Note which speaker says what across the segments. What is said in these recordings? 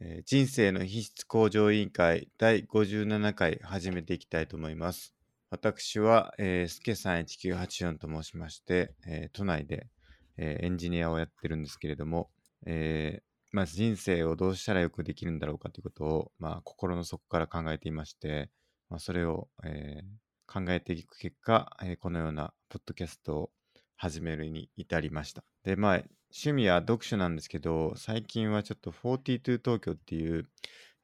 Speaker 1: えー人生の品質向上委員会第57回始めていきたいと思います。私は、えー、すけさん1984と申しまして、えー都内で、えーエンジニアをやってるんですけれども、えーまあ、人生をどうしたらよくできるんだろうかということを、まあ、心の底から考えていまして、まあ、それを、えー考えていく結果、えーこのようなポッドキャストを始めるに至りました。で、まあ、趣味は読書なんですけど、最近はちょっと42東京っていう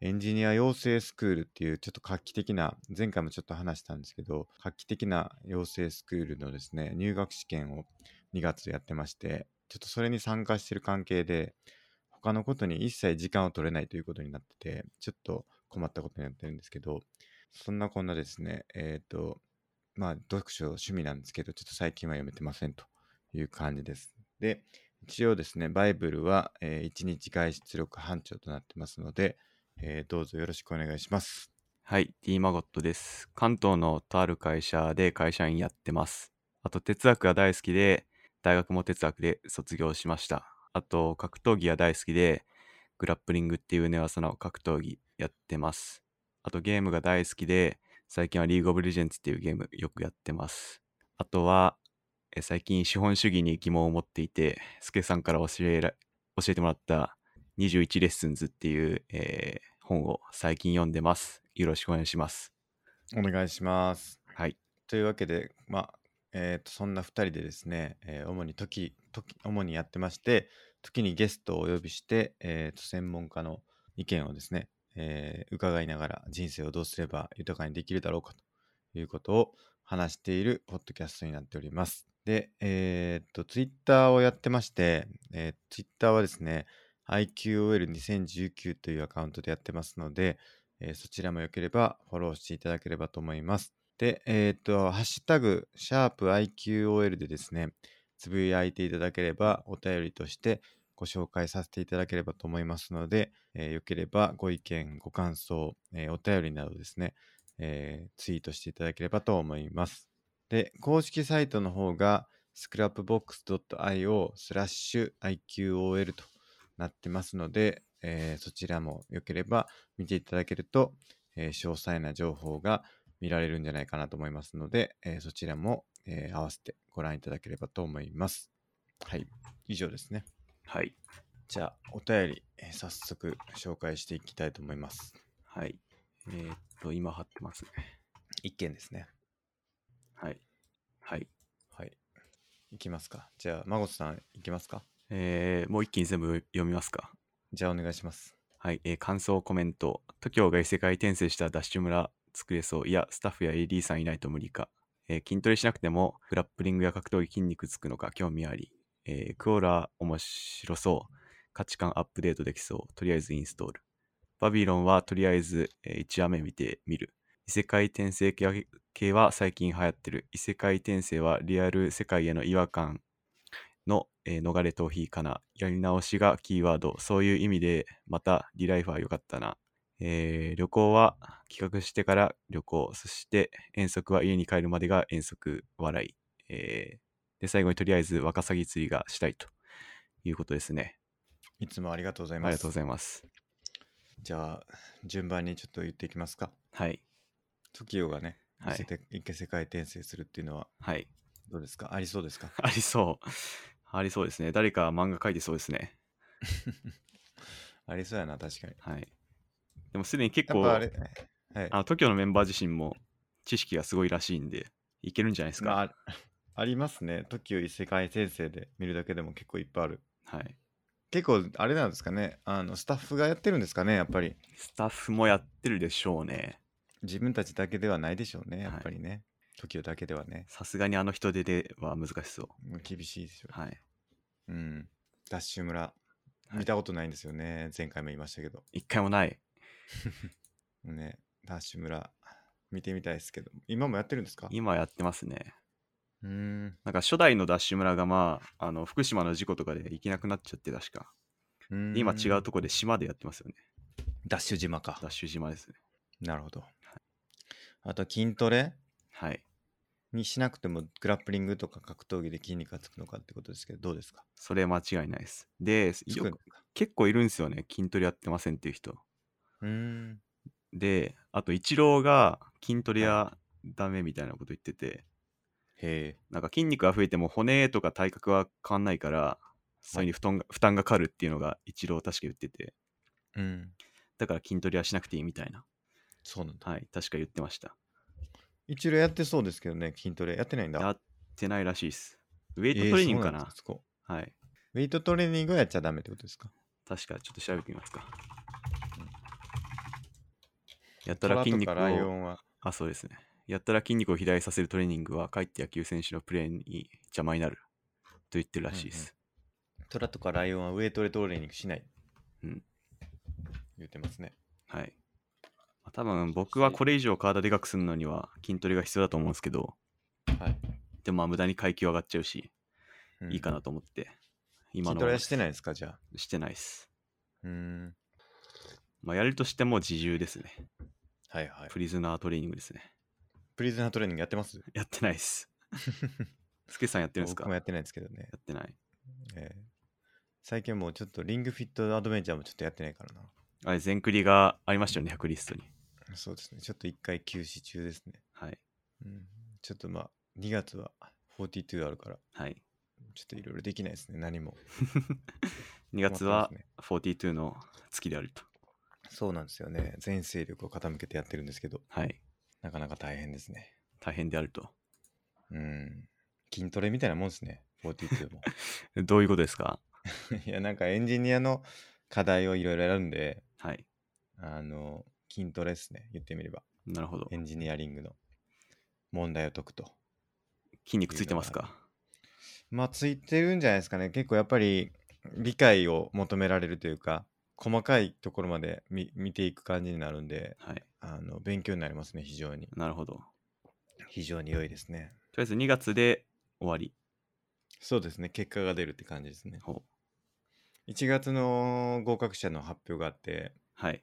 Speaker 1: エンジニア養成スクールっていうちょっと画期的な、前回もちょっと話したんですけど、画期的な養成スクールのですね、入学試験を2月でやってまして、ちょっとそれに参加してる関係で、他のことに一切時間を取れないということになってて、ちょっと困ったことになってるんですけど、そんなこんなですね、えっ、と、まあ、読書趣味なんですけど、ちょっと最近は読めてませんという感じです。で、一応ですね、バイブルは、え1日外出力班長となってますので、えーどうぞよろしくお願いします。
Speaker 2: はい、D マゴットです。関東のとある会社で会社員やってます。あと哲学が大好きで、大学も哲学で卒業しました。あと格闘技が大好きで、グラップリングっていう寝技の格闘技やってます。あとゲームが大好きで、最近はリーグオブレジェンツっていうゲームよくやってます。あとは、え最近資本主義に疑問を持っていて、スケさんから教えら教えてもらった21レッスンズっていう、えー本を最近読んでます。よろしくお願いします。
Speaker 1: お願いします。
Speaker 2: はい。
Speaker 1: というわけで、まあ、えーとそんな2人でですね、えー主に時時主にやってまして、時にゲストをお呼びして、えーと専門家の意見をですね、えー伺いながら人生をどうすれば豊かにできるだろうかということを話しているポッドキャストになっております。で、えーと、ツイッターをやってまして、えー、ツイッターはですね、IQOL2019 というアカウントでやってますので、えーそちらもよければフォローしていただければと思います。で、えっ、と、ハッシュタグ、シャープ i q o l でですね、つぶやいていただければお便りとしてご紹介させていただければと思いますので、えーよければご意見、ご感想、えーお便りなどですね、えーツイートしていただければと思います。で、公式サイトの方が、scrapbox.io スラッシュ IQOL となってますので、えーそちらもよければ見ていただけると、えー詳細な情報が見られるんじゃないかなと思いますので、えーそちらも、えー合わせてご覧いただければと思います。はい、以上ですね。
Speaker 2: はい。
Speaker 1: じゃあ、お便り、えー早速紹介していきたいと思います。
Speaker 2: はい。えーっと、今貼ってますね。
Speaker 1: 一件ですね。
Speaker 2: はい。はい。
Speaker 1: はい。いきますか。じゃあ、まごさん、いきますか。
Speaker 2: えーもう一気に全部読みますか。
Speaker 1: じゃあ、お願いします。
Speaker 2: はい。えー感想、コメント。都京が異世界転生したダッシュ村作れそう。いや、スタッフや AD さんいないと無理か。えー筋トレしなくても、グラップリングや格闘技筋肉つくのか興味あり。えークオーラー面白そう。価値観アップデートできそう。とりあえずインストール。バビロンはとりあえず、え1話目見てみる。異世界転生系は系は最近流行ってる。異世界転生はリアル世界への違和感の、えー逃れ逃避かな。やり直しがキーワード。そういう意味で、またリライフは良かったな。えー旅行は企画してから旅行。そして遠足は家に帰るまでが遠足笑い。えーで、最後にとりあえずワカサギ釣りがしたいということですね。
Speaker 1: いつもありがとうござい
Speaker 2: あり
Speaker 1: ます。
Speaker 2: がとうございます。
Speaker 1: じゃあ、順番にちょっと言っていきますか。
Speaker 2: はい。
Speaker 1: TOKIO がね、
Speaker 2: はい
Speaker 1: 異世界異世界転生するっていうのは
Speaker 2: はい。
Speaker 1: どうですかありそうですか
Speaker 2: ありそう。ありそうですね。誰か漫画描いてそうですね。
Speaker 1: ありそうやな、確かに。
Speaker 2: はい。でもすでに結
Speaker 1: やっ
Speaker 2: 構、
Speaker 1: ぱ
Speaker 2: あ
Speaker 1: あれ、はい。
Speaker 2: の、TOKIO のメンバー自身も知識がすごいらしいんで、いけるんじゃないですか。
Speaker 1: まあ、ありますね。TOKIO 異世界転生で見るだけでも結構いっぱいある。
Speaker 2: はい。
Speaker 1: 結構、あれなんですかね。あの、スタッフがやってるんですかね、やっぱり。
Speaker 2: スタッフもやってるでしょうね。
Speaker 1: 自分たちだけではないでしょうね、や
Speaker 2: は
Speaker 1: っ
Speaker 2: い
Speaker 1: ぱりね。TOKIO だけではね。
Speaker 2: さすがにあの人手では難しそう。
Speaker 1: 厳しいでしょ。
Speaker 2: はい。
Speaker 1: うん。ダッシュ村。
Speaker 2: はい
Speaker 1: 見たことないんですよね。前回も言いましたけど。
Speaker 2: 一回もない。
Speaker 1: ね、ダッシュ村。見てみたいですけど。今もやってるんですか
Speaker 2: 今やってますね。
Speaker 1: うーん。
Speaker 2: なんか初代のダッシュ村がまあ、あの、福島の事故とかで行けなくなっちゃって確か。
Speaker 1: うーん
Speaker 2: 今違うとこで島でやってますよね。
Speaker 1: ダッシュ島か
Speaker 2: ダッシュ島ですね。
Speaker 1: なるほどあと筋トレ
Speaker 2: はい。
Speaker 1: にしなくてもグラップリングとか格闘技で筋肉がつくのかってことですけどどうですか
Speaker 2: それ間違いないです。で、
Speaker 1: つ
Speaker 2: よ
Speaker 1: く
Speaker 2: く
Speaker 1: のか
Speaker 2: 結構いるんですよね。筋トレやってませんっていう人。
Speaker 1: うーん
Speaker 2: で、あと、イチローが筋トレはダメみたいなこと言ってて、
Speaker 1: へえ
Speaker 2: なんか筋肉が増えても骨とか体格は変わんないから、それに負担が負担がかかるっていうのがイチロー確か言ってて、
Speaker 1: うん
Speaker 2: だから筋トレはしなくていいみたいな。
Speaker 1: そうなんだ
Speaker 2: はい、確か言ってました。
Speaker 1: 一応やってそうですけどね筋トレやってないんだ
Speaker 2: やってないらしいです。ウェ
Speaker 1: え
Speaker 2: イトトレーニン
Speaker 1: そ
Speaker 2: グか
Speaker 1: う
Speaker 2: な、
Speaker 1: んですそこ
Speaker 2: はい。
Speaker 1: ウェイトトレーニングはやっちゃダメってことですか
Speaker 2: 確かちょっと調べてみますか
Speaker 1: うん。
Speaker 2: やったら筋肉
Speaker 1: トラとかライオ
Speaker 2: を、
Speaker 1: ンは
Speaker 2: あ、そうですね。やったら筋肉を肥大させるトレーニングは、かえって野球選手のプレーに邪魔になると言ってるらしいです。
Speaker 1: トラとかライオンはウェイトレトレーニングしない
Speaker 2: うん
Speaker 1: 言ってますね
Speaker 2: はい。まあ多分僕はこれ以上体でかくするのには筋トレが必要だと思うんですけど、
Speaker 1: はい、
Speaker 2: でもまあ無駄に階級上がっちゃうし、
Speaker 1: うん
Speaker 2: いいかなと思って、今
Speaker 1: 筋
Speaker 2: の
Speaker 1: トレはしてないいですかじゃあ
Speaker 2: してないです。
Speaker 1: うーん
Speaker 2: まあ、やるとしても自重ですね。
Speaker 1: はいはい
Speaker 2: プリズナートレーニングですね。
Speaker 1: プリズナートレーニングやってます
Speaker 2: やってないっ す。スケさんやってるんですか
Speaker 1: 僕もやってないですけどね
Speaker 2: や、ってない。
Speaker 1: えー最近もうちょっとリングフィットアドベンチャーもちょっとやってないからな
Speaker 2: あれ、全クリがありましたよね、100リストに。
Speaker 1: そうですねちょっと一回休止中ですね、
Speaker 2: はい。
Speaker 1: うん、ちょっとまあ2月は42あるから
Speaker 2: はい。
Speaker 1: ちょっといろいろできないですね何も
Speaker 2: 2月
Speaker 1: 困っ
Speaker 2: は
Speaker 1: てますね
Speaker 2: 42の月であると。
Speaker 1: そうなんですよね全勢力を傾けてやってるんですけど
Speaker 2: はい。
Speaker 1: なかなか大変ですね
Speaker 2: 大変であると。
Speaker 1: うん筋トレみたいなもんですね42も
Speaker 2: どういうことですか
Speaker 1: いやなんかエンジニアの課題をいろいろやるんで
Speaker 2: はい。
Speaker 1: あの筋トレですね言ってみれば
Speaker 2: なるほど
Speaker 1: エ。ンジニアリングの問題を解くと
Speaker 2: 筋肉ついてますか
Speaker 1: まあついてるんじゃないですかね結構やっぱり理解を求められるというか細かいところまで見見ていく感じになるんで
Speaker 2: はい。
Speaker 1: あの勉強になりますね非常に
Speaker 2: なるほど。と
Speaker 1: 非常に良いですね
Speaker 2: りあえず2月で終わり。
Speaker 1: そうですね結果が出るって感じですね
Speaker 2: ほう
Speaker 1: 1月の合格者の発表があって
Speaker 2: はい。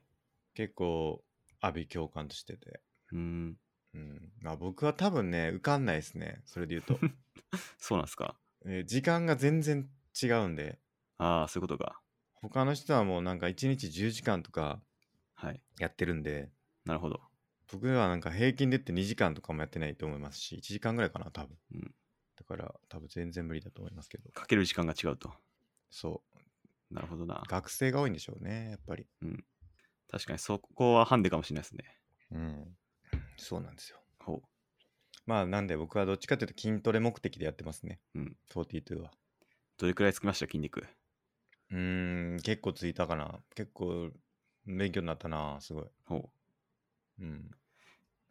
Speaker 1: 結構阿鼻共感としてて
Speaker 2: うーん。
Speaker 1: うんまあ僕は多分ね受かんないですねそれで言うと、
Speaker 2: そうなんですか
Speaker 1: えー時間が全然違うんで
Speaker 2: ああ、そういうことか。
Speaker 1: 他の人はもうなんか1日10時間とか
Speaker 2: はい。
Speaker 1: やってるんで
Speaker 2: なるほど。
Speaker 1: 僕はなんか平均でって2時間とかもやってないと思いますし1時間ぐらいかな多分、
Speaker 2: うん
Speaker 1: だから多分全然無理だと思いますけど
Speaker 2: かける時間が違うと。
Speaker 1: そ
Speaker 2: なるほどな
Speaker 1: う。学生が多いんでしょうねやっぱり
Speaker 2: 確かにそこはハンデかもしれないですね。
Speaker 1: うんそうなんですよ
Speaker 2: ほう。
Speaker 1: まあなんで僕はどっちかというと筋トレ目的でやってますね、
Speaker 2: うん、
Speaker 1: 42は
Speaker 2: どれくらいつきました筋肉。
Speaker 1: うーん結構ついたかな結構勉強になったなすごい
Speaker 2: ほう。
Speaker 1: うん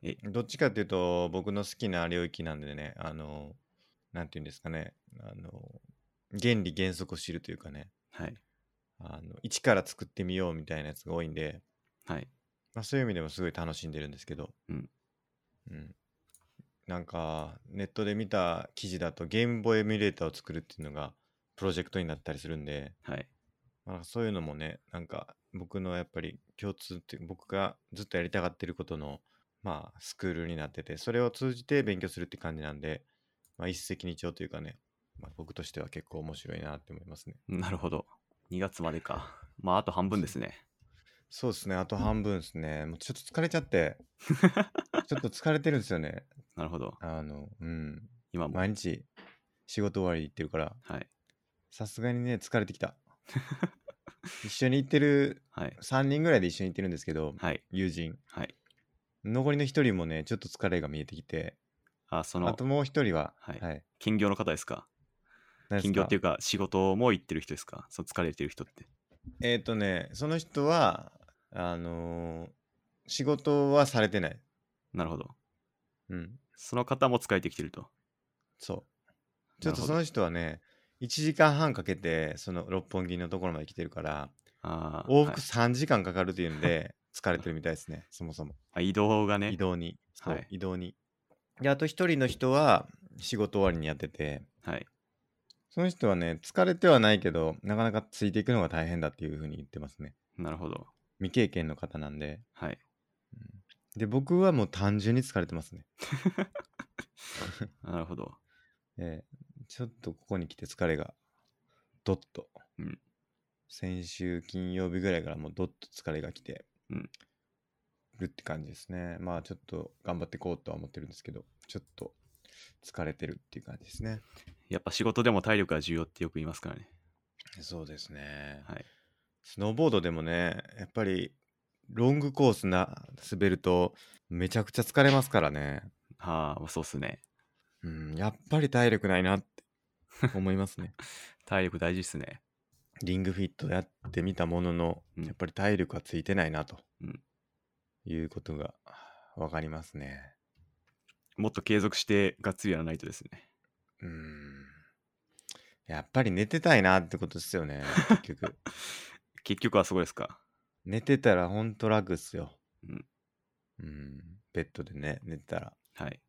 Speaker 2: え
Speaker 1: どっちかっていうと僕の好きな領域なんでねあのなんていうんですかねあの原理原則を知るというかね
Speaker 2: はい。
Speaker 1: あの一から作ってみようみたいなやつが多いんで、
Speaker 2: はい。
Speaker 1: まあ、そういう意味でもすごい楽しんでるんですけど、
Speaker 2: うん
Speaker 1: うんなんかネットで見た記事だとゲームボーイエミュレーターを作るっていうのがプロジェクトになったりするんで、
Speaker 2: はい。
Speaker 1: まあ、そういうのもねなんか僕のやっぱり共通って僕がずっとやりたがってることのまあスクールになっててそれを通じて勉強するって感じなんで、まあ、一石二鳥というかね、まあ、僕としては結構面白いなって思いますね
Speaker 2: なるほど。2月までか。まあ、あと半分ですね。
Speaker 1: そうですねあと半分ですねもうちょっと疲れちゃってちょっと疲れてるんですよね
Speaker 2: なるほど。
Speaker 1: あのうん
Speaker 2: 今も。
Speaker 1: 毎日仕事終わり行ってるから
Speaker 2: はい。
Speaker 1: さすがにね疲れてきた一緒に行ってる
Speaker 2: はい。
Speaker 1: 3人ぐらいで一緒に行ってるんですけど、
Speaker 2: はい。
Speaker 1: 友人
Speaker 2: はい。
Speaker 1: 残りの一人もね、ちょっと疲れが見えてきて、
Speaker 2: あ、そ
Speaker 1: あ
Speaker 2: の
Speaker 1: と、もう一人は、
Speaker 2: はい
Speaker 1: はい。
Speaker 2: 兼業の方ですか
Speaker 1: 何です
Speaker 2: 兼業っていううか、仕事も行ってる人ですかその疲れてる人って。
Speaker 1: えっ、とね、その人は、あのー仕事はされてない。
Speaker 2: なるほど。
Speaker 1: うん、
Speaker 2: その方も疲れてきてると。
Speaker 1: そう。ちょっとそ
Speaker 2: な
Speaker 1: の
Speaker 2: る
Speaker 1: 人はね、1時間半かけて、その六本木のところまで来てるから、
Speaker 2: ほどあー
Speaker 1: 往
Speaker 2: は
Speaker 1: 復
Speaker 2: い
Speaker 1: 3時間かかるっていうん で、疲れてるみたいですね、そもそも。
Speaker 2: あ移動がね。
Speaker 1: 移動に。そう、
Speaker 2: はい
Speaker 1: 移動に。で、あと一人の人は、仕事終わりにやってて、
Speaker 2: はい。
Speaker 1: その人はね、疲れてはないけど、なかなかついていくのが大変だっていうふうに言ってますね。
Speaker 2: なるほど。
Speaker 1: 未経験の方なんで。
Speaker 2: はい。
Speaker 1: うんで、僕はもう単純に疲れてますね。
Speaker 2: なるほど。
Speaker 1: えーちょっとここに来て疲れがどっと、
Speaker 2: うん
Speaker 1: 先週金曜日ぐらいからもうどっと疲れが来て
Speaker 2: うん
Speaker 1: るって感じですねまあちょっと頑張っていこうとは思ってるんですけどちょっと疲れてるっていう感じですね
Speaker 2: やっぱ仕事でも体力が重要ってよく言いますからね。
Speaker 1: そうですね
Speaker 2: はい。
Speaker 1: スノーボードでもねやっぱりロングコースな滑るとめちゃくちゃ疲れますからね
Speaker 2: はあ、そうっすね。
Speaker 1: うんやっぱり体力ないなって思い ますね
Speaker 2: 体力大事っすね。
Speaker 1: リングフィットやってみたものの、
Speaker 2: うん
Speaker 1: やっぱり体力はついてないなと、
Speaker 2: うん
Speaker 1: いうことが分かりますね。
Speaker 2: もっと継続してがっつりやらないとですね。
Speaker 1: うーん。やっぱり寝てたいなってことですよね、結 局。
Speaker 2: 結局はそこですか。
Speaker 1: 寝てたらほんと楽っすよ。
Speaker 2: うん。
Speaker 1: うん。ベッドでね、寝てたら
Speaker 2: はい。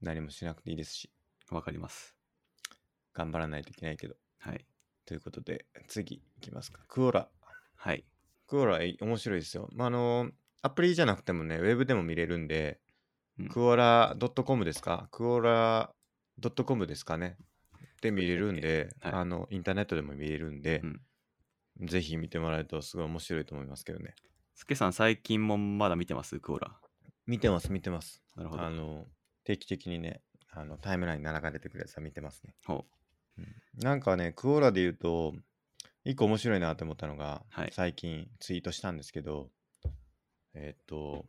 Speaker 1: 何もしなくていいですし、
Speaker 2: わかります。
Speaker 1: 頑張らないといけないけど。
Speaker 2: はい。
Speaker 1: ということで、次いきますか。クオラ。
Speaker 2: はい。
Speaker 1: クオラい面白いですよ。まあ、あの、アプリじゃなくてもね、ウェブでも見れるんで、
Speaker 2: うん
Speaker 1: クオラ .com ですかクオラ .com ですかねで見れるんで、
Speaker 2: はい
Speaker 1: あの、インターネットでも見れるんで
Speaker 2: う、ん。
Speaker 1: ぜひ見てもらえるとすごい面白いと思いますけどね。
Speaker 2: スケさん、最近もまだ見てますクオラ。
Speaker 1: 見てます、見てます。
Speaker 2: なるほ
Speaker 1: あ
Speaker 2: ど。
Speaker 1: の、定期的にね、あのタイムラインに流れてくるやつは見てますね。
Speaker 2: ほ
Speaker 1: なんかね、クオラで言うと、一個面白いなと思ったのが、
Speaker 2: はい
Speaker 1: 最近ツイートしたんですけど、えーっと、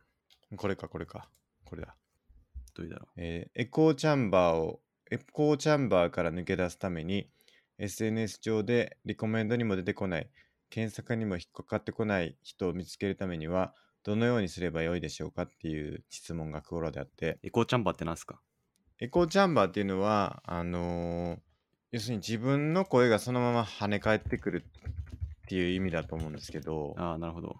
Speaker 1: これか、これか、これだ。
Speaker 2: う。どういうだろ
Speaker 1: えーエコーチャンバーをエコーチャンバーから抜け出すために SNS 上でリコメンドにも出てこない検索にも引っかかってこない人を見つけるためにはどのようにすればよいでしょうかっていう質問がクオラであって
Speaker 2: う。エコーチャンバーってなんすか
Speaker 1: エコーチャンバーっていうのはあのー要するに自分の声がそのまま跳ね返ってくるっていう意味だと思うんですけど
Speaker 2: ああ、なるほど。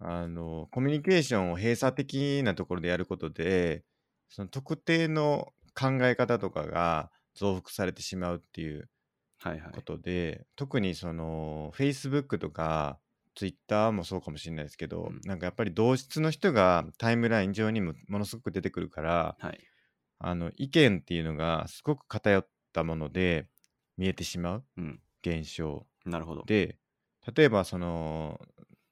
Speaker 1: あの、コミュニケーションを閉鎖的なところでやることで、その特定の考え方とかが増幅されてしまうっていう
Speaker 2: はいはい
Speaker 1: こ。とで、特にその Facebook とか Twitter もそうかもしれないですけど、
Speaker 2: うん
Speaker 1: なんかやっぱり同質の人がタイムライン上にもものすごく出てくるから、
Speaker 2: はい。
Speaker 1: あの意見っていうのがすごく偏ったもので見えてしまう
Speaker 2: うん。
Speaker 1: 現象
Speaker 2: なるほど。
Speaker 1: で例えばその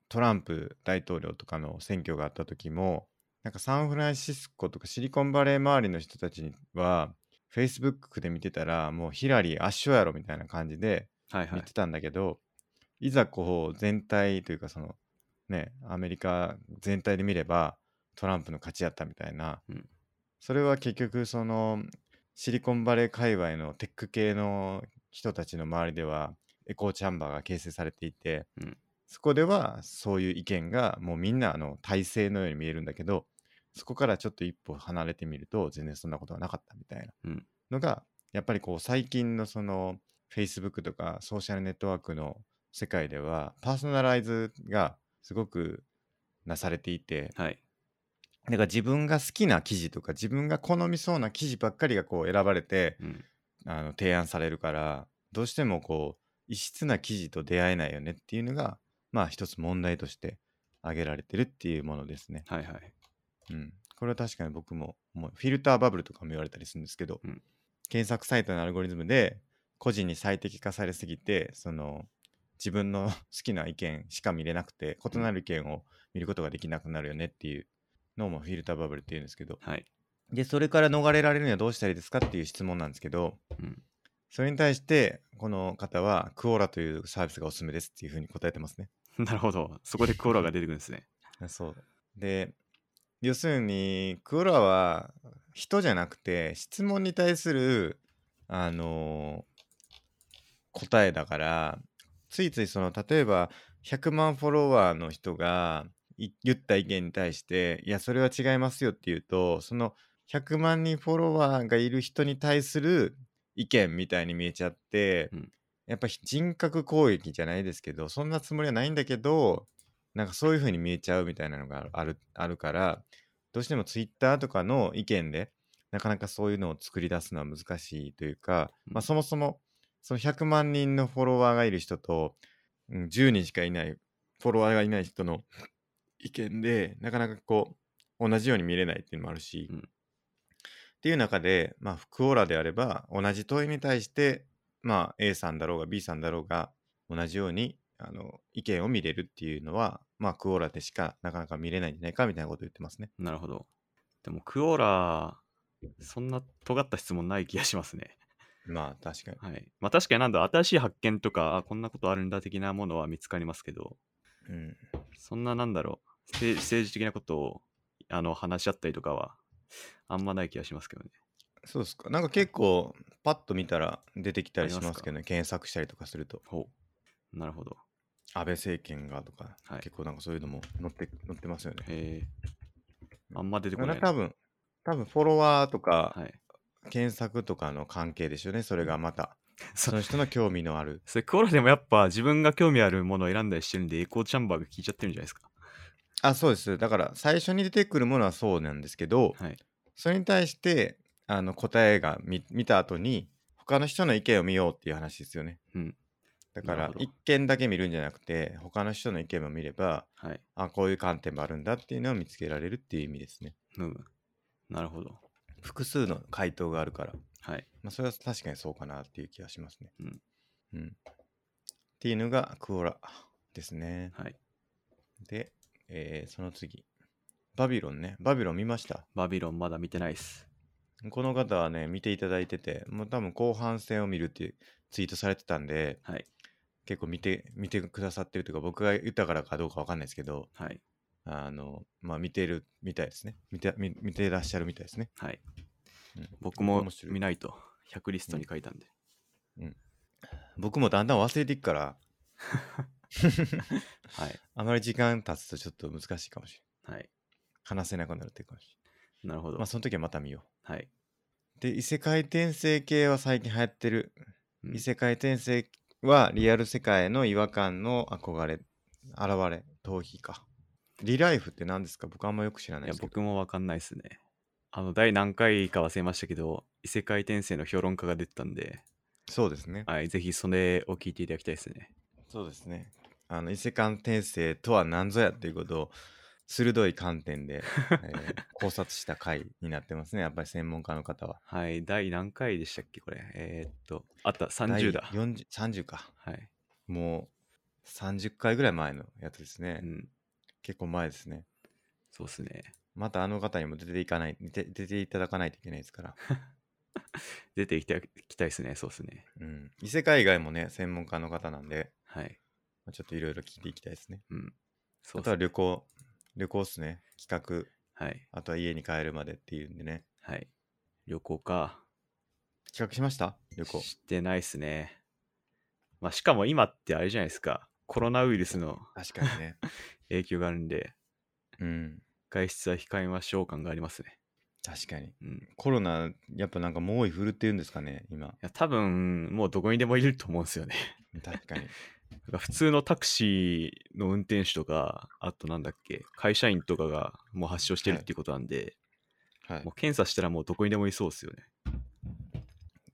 Speaker 1: トランプ大統領とかの選挙があった時もなんかサンフランシスコとかシリコンバレー周りの人たちは Facebook で見てたらもうヒラリー圧勝やろみたいな感じで
Speaker 2: はいは
Speaker 1: 見
Speaker 2: い
Speaker 1: て。たんだけど、い、ざこう全体というかそのねアメリカ全体で見ればトランプの勝ちやったみたいな、
Speaker 2: うん
Speaker 1: それは結局そのシリコンバレー界隈のテック系の人たちの周りではエコーチャンバーが形成されていて、
Speaker 2: うん
Speaker 1: そこではそういう意見がもうみんなあの体制のように見えるんだけどそこからちょっと一歩離れてみると全然そんなことはなかったみたいな
Speaker 2: うん
Speaker 1: のが、やっぱりこう最近のその Facebook とかソーシャルネットワークの世界ではパーソナライズがすごくなされていて
Speaker 2: はい。
Speaker 1: だから自分が好きな記事とか自分が好みそうな記事ばっかりがこう選ばれて
Speaker 2: うん。
Speaker 1: あの提案されるからどうしてもこう異質な記事と出会えないよねっていうのがまあ一つ問題として挙げられてるっていうものですね。
Speaker 2: はいはい。
Speaker 1: うん、これは確かに僕も思うフィルターバブルとかも言われたりするんですけど、
Speaker 2: うん
Speaker 1: 検索サイトのアルゴリズムで個人に最適化されすぎてその自分の 好きな意見しか見れなくて異なる意見を見ることができなくなるよねっていうのもフィルターバブルっていうんですけど
Speaker 2: はい。
Speaker 1: でそれから逃れられるにはどうしたらいいですかっていう質問なんですけど
Speaker 2: うん。
Speaker 1: それに対してこの方はクオラというサービスがおすすめですっていうふうに答えてますね。
Speaker 2: なるほど。そこでクオラが出てくるんですね。
Speaker 1: あそうで要するにクオラは人じゃなくて質問に対するあのー答えだからついついその例えば100万フォロワーの人がい言った意見に対していやそれは違いますよって言うとその100万人フォロワーがいる人に対する意見みたいに見えちゃって、
Speaker 2: うん
Speaker 1: やっぱ人格攻撃じゃないですけどそんなつもりはないんだけどなんかそういう風に見えちゃうみたいなのがあるあるからどうしてもツイッターとかの意見でなかなかそういうのを作り出すのは難しいというか、まあ、
Speaker 2: うん
Speaker 1: そもそもその100万人のフォロワーがいる人と、うん、10人しかいないフォロワーがいない人の意見でなかなかこう同じように見れないっていうのもあるし、
Speaker 2: うん
Speaker 1: っっていう中で、まあ、フクオーラであれば、同じ問いに対して、まあ、A さんだろうが B さんだろうが、同じように、あの、意見を見れるっていうのは、まあ、クオーラでしかなかなか見れないんじゃないかみたいなことを言ってますね。
Speaker 2: なるほど。でも、クオーラ、そんな尖った質問ない気がしますね。
Speaker 1: まあ、確かに。
Speaker 2: はい。まあ、確かになんだ、新しい発見とか、あこんなことあるんだ的なものは見つかりますけど、
Speaker 1: うん。
Speaker 2: そんななんだろう、政政治的なことをあの話し合ったりとかは、あんまない気がしますけどね。
Speaker 1: そうですか。なんか結構、パッと見たら出てきたりし
Speaker 2: あり
Speaker 1: ま
Speaker 2: ま
Speaker 1: す
Speaker 2: すか
Speaker 1: けどね、検索したりとかすると、
Speaker 2: ほう。なるほど。
Speaker 1: 安倍政権がとか、
Speaker 2: はい
Speaker 1: 結構なんかそういうのも載って載ってますよね。
Speaker 2: へえ。あんま出て
Speaker 1: だ
Speaker 2: こ
Speaker 1: か
Speaker 2: な
Speaker 1: ら
Speaker 2: い
Speaker 1: 多
Speaker 2: な。
Speaker 1: 分、多分フォロワーとか
Speaker 2: はい。
Speaker 1: 検索とかの関係でしょうね、それがま た。
Speaker 2: そ
Speaker 1: その人の興味のある。
Speaker 2: それクオーラでもやっぱ自分が興味あるものを選んだりしてるんでエコーチャンバーが効いちゃってるんじゃないですか。
Speaker 1: あ、そうです。だから最初に出てくるものはそうなんですけど、
Speaker 2: はい。
Speaker 1: それに対してあの答えが見見た後に、他の人の意見を見ようっていう話ですよね。
Speaker 2: うん。
Speaker 1: だか
Speaker 2: なる
Speaker 1: ら
Speaker 2: ほど
Speaker 1: 一見だけ見るんじゃなくて、他の人の意見も見れば、
Speaker 2: はい。
Speaker 1: あ、こういう観点もあるんだっていうのを見つけられるっていう意味ですね。
Speaker 2: うん。なるほど。
Speaker 1: 複数の回答があるから、
Speaker 2: はい。
Speaker 1: まあ、それは確かにそうかなっていう気がしますね。
Speaker 2: うん。
Speaker 1: うん、っていうのがクオラですね。
Speaker 2: はい。
Speaker 1: で、えーその次。バビロンね。バビロン見ました。
Speaker 2: バビロンまだ見てないっす。
Speaker 1: この方はね、見ていただいてて、もう多分後半戦を見るっていうツイートされてたんで、
Speaker 2: はい。
Speaker 1: 結構見て、見てくださってるというか、僕が言ったからかどうかわかんないですけど、
Speaker 2: はい。
Speaker 1: あの、まあ見てるみたいですね。見て、見見てらっしゃるみたいですね。
Speaker 2: はい。
Speaker 1: うん
Speaker 2: 僕も
Speaker 1: 面白い
Speaker 2: 見ないと。100リストに書いたんで。
Speaker 1: 僕もだんだん忘れていくから、
Speaker 2: はい。
Speaker 1: あまり時間経つとちょっと難しいかもしれない。
Speaker 2: はい。
Speaker 1: 話せなくなるっていうかもしれない。
Speaker 2: なるほど。
Speaker 1: まあその時はまた見よう。
Speaker 2: はい。
Speaker 1: で、異世界転生系は最近流行ってる。
Speaker 2: うん
Speaker 1: 異世界転生はリアル世界への違和感の憧れ、現れ、逃避か。リライフって何ですか僕あんまよく知らない
Speaker 2: いや
Speaker 1: ですけど。
Speaker 2: 僕もわかんないっすね。あの、第何回か忘れましたけど、異世界転生の評論家が出てたんで、
Speaker 1: そうですね。
Speaker 2: はい、ぜひそれを聞いていただきたいですね。
Speaker 1: そうですね。あの、異世界転生とは何ぞやっていうことを、鋭い観点で、え ー考察した回になってますね。やっぱり専門家の方は。
Speaker 2: はい、第何回でしたっけ、これ。えーっと、あった、
Speaker 1: 第
Speaker 2: 30だ。
Speaker 1: 40 30か。
Speaker 2: はい。
Speaker 1: もう、30回ぐらい前のやつですね。
Speaker 2: うん、
Speaker 1: 結構前ですね。
Speaker 2: そうっすね。
Speaker 1: またあの方にも出ていかない、出て出ていただかないといけないですから。
Speaker 2: 出てきたきたいですね、そうっすね。
Speaker 1: うん。異世界以外もね、専門家の方なんで、
Speaker 2: はい。
Speaker 1: まあちょっといろいろ聞いていきたいですね。
Speaker 2: うん。そ
Speaker 1: あ
Speaker 2: うっ
Speaker 1: と
Speaker 2: す
Speaker 1: は
Speaker 2: ね。
Speaker 1: 旅行、旅行っすね。企画、
Speaker 2: はい。
Speaker 1: あとは家に帰るまでっていうんでね。
Speaker 2: はい。旅行か。
Speaker 1: 企画しました旅行。
Speaker 2: してないっすね。まあ、しかも今ってあれじゃないですか。コロナウイルスの
Speaker 1: 確かにね。
Speaker 2: 影響があるんで、
Speaker 1: うん。
Speaker 2: 外出は控えましょう感がありますね。
Speaker 1: 確かに。
Speaker 2: うん。
Speaker 1: コロナ、やっぱなんか猛威振るっていうんですかね、今。
Speaker 2: いや多分もうどこにでもいると思うんですよね。
Speaker 1: 確 かに。
Speaker 2: なんか普通のタクシーの運転手とか、あとなんだっけ、会社員とかがもう発症してるっていうことなんで、
Speaker 1: はい
Speaker 2: も。う検査したらもうどこにでもいそうですよね。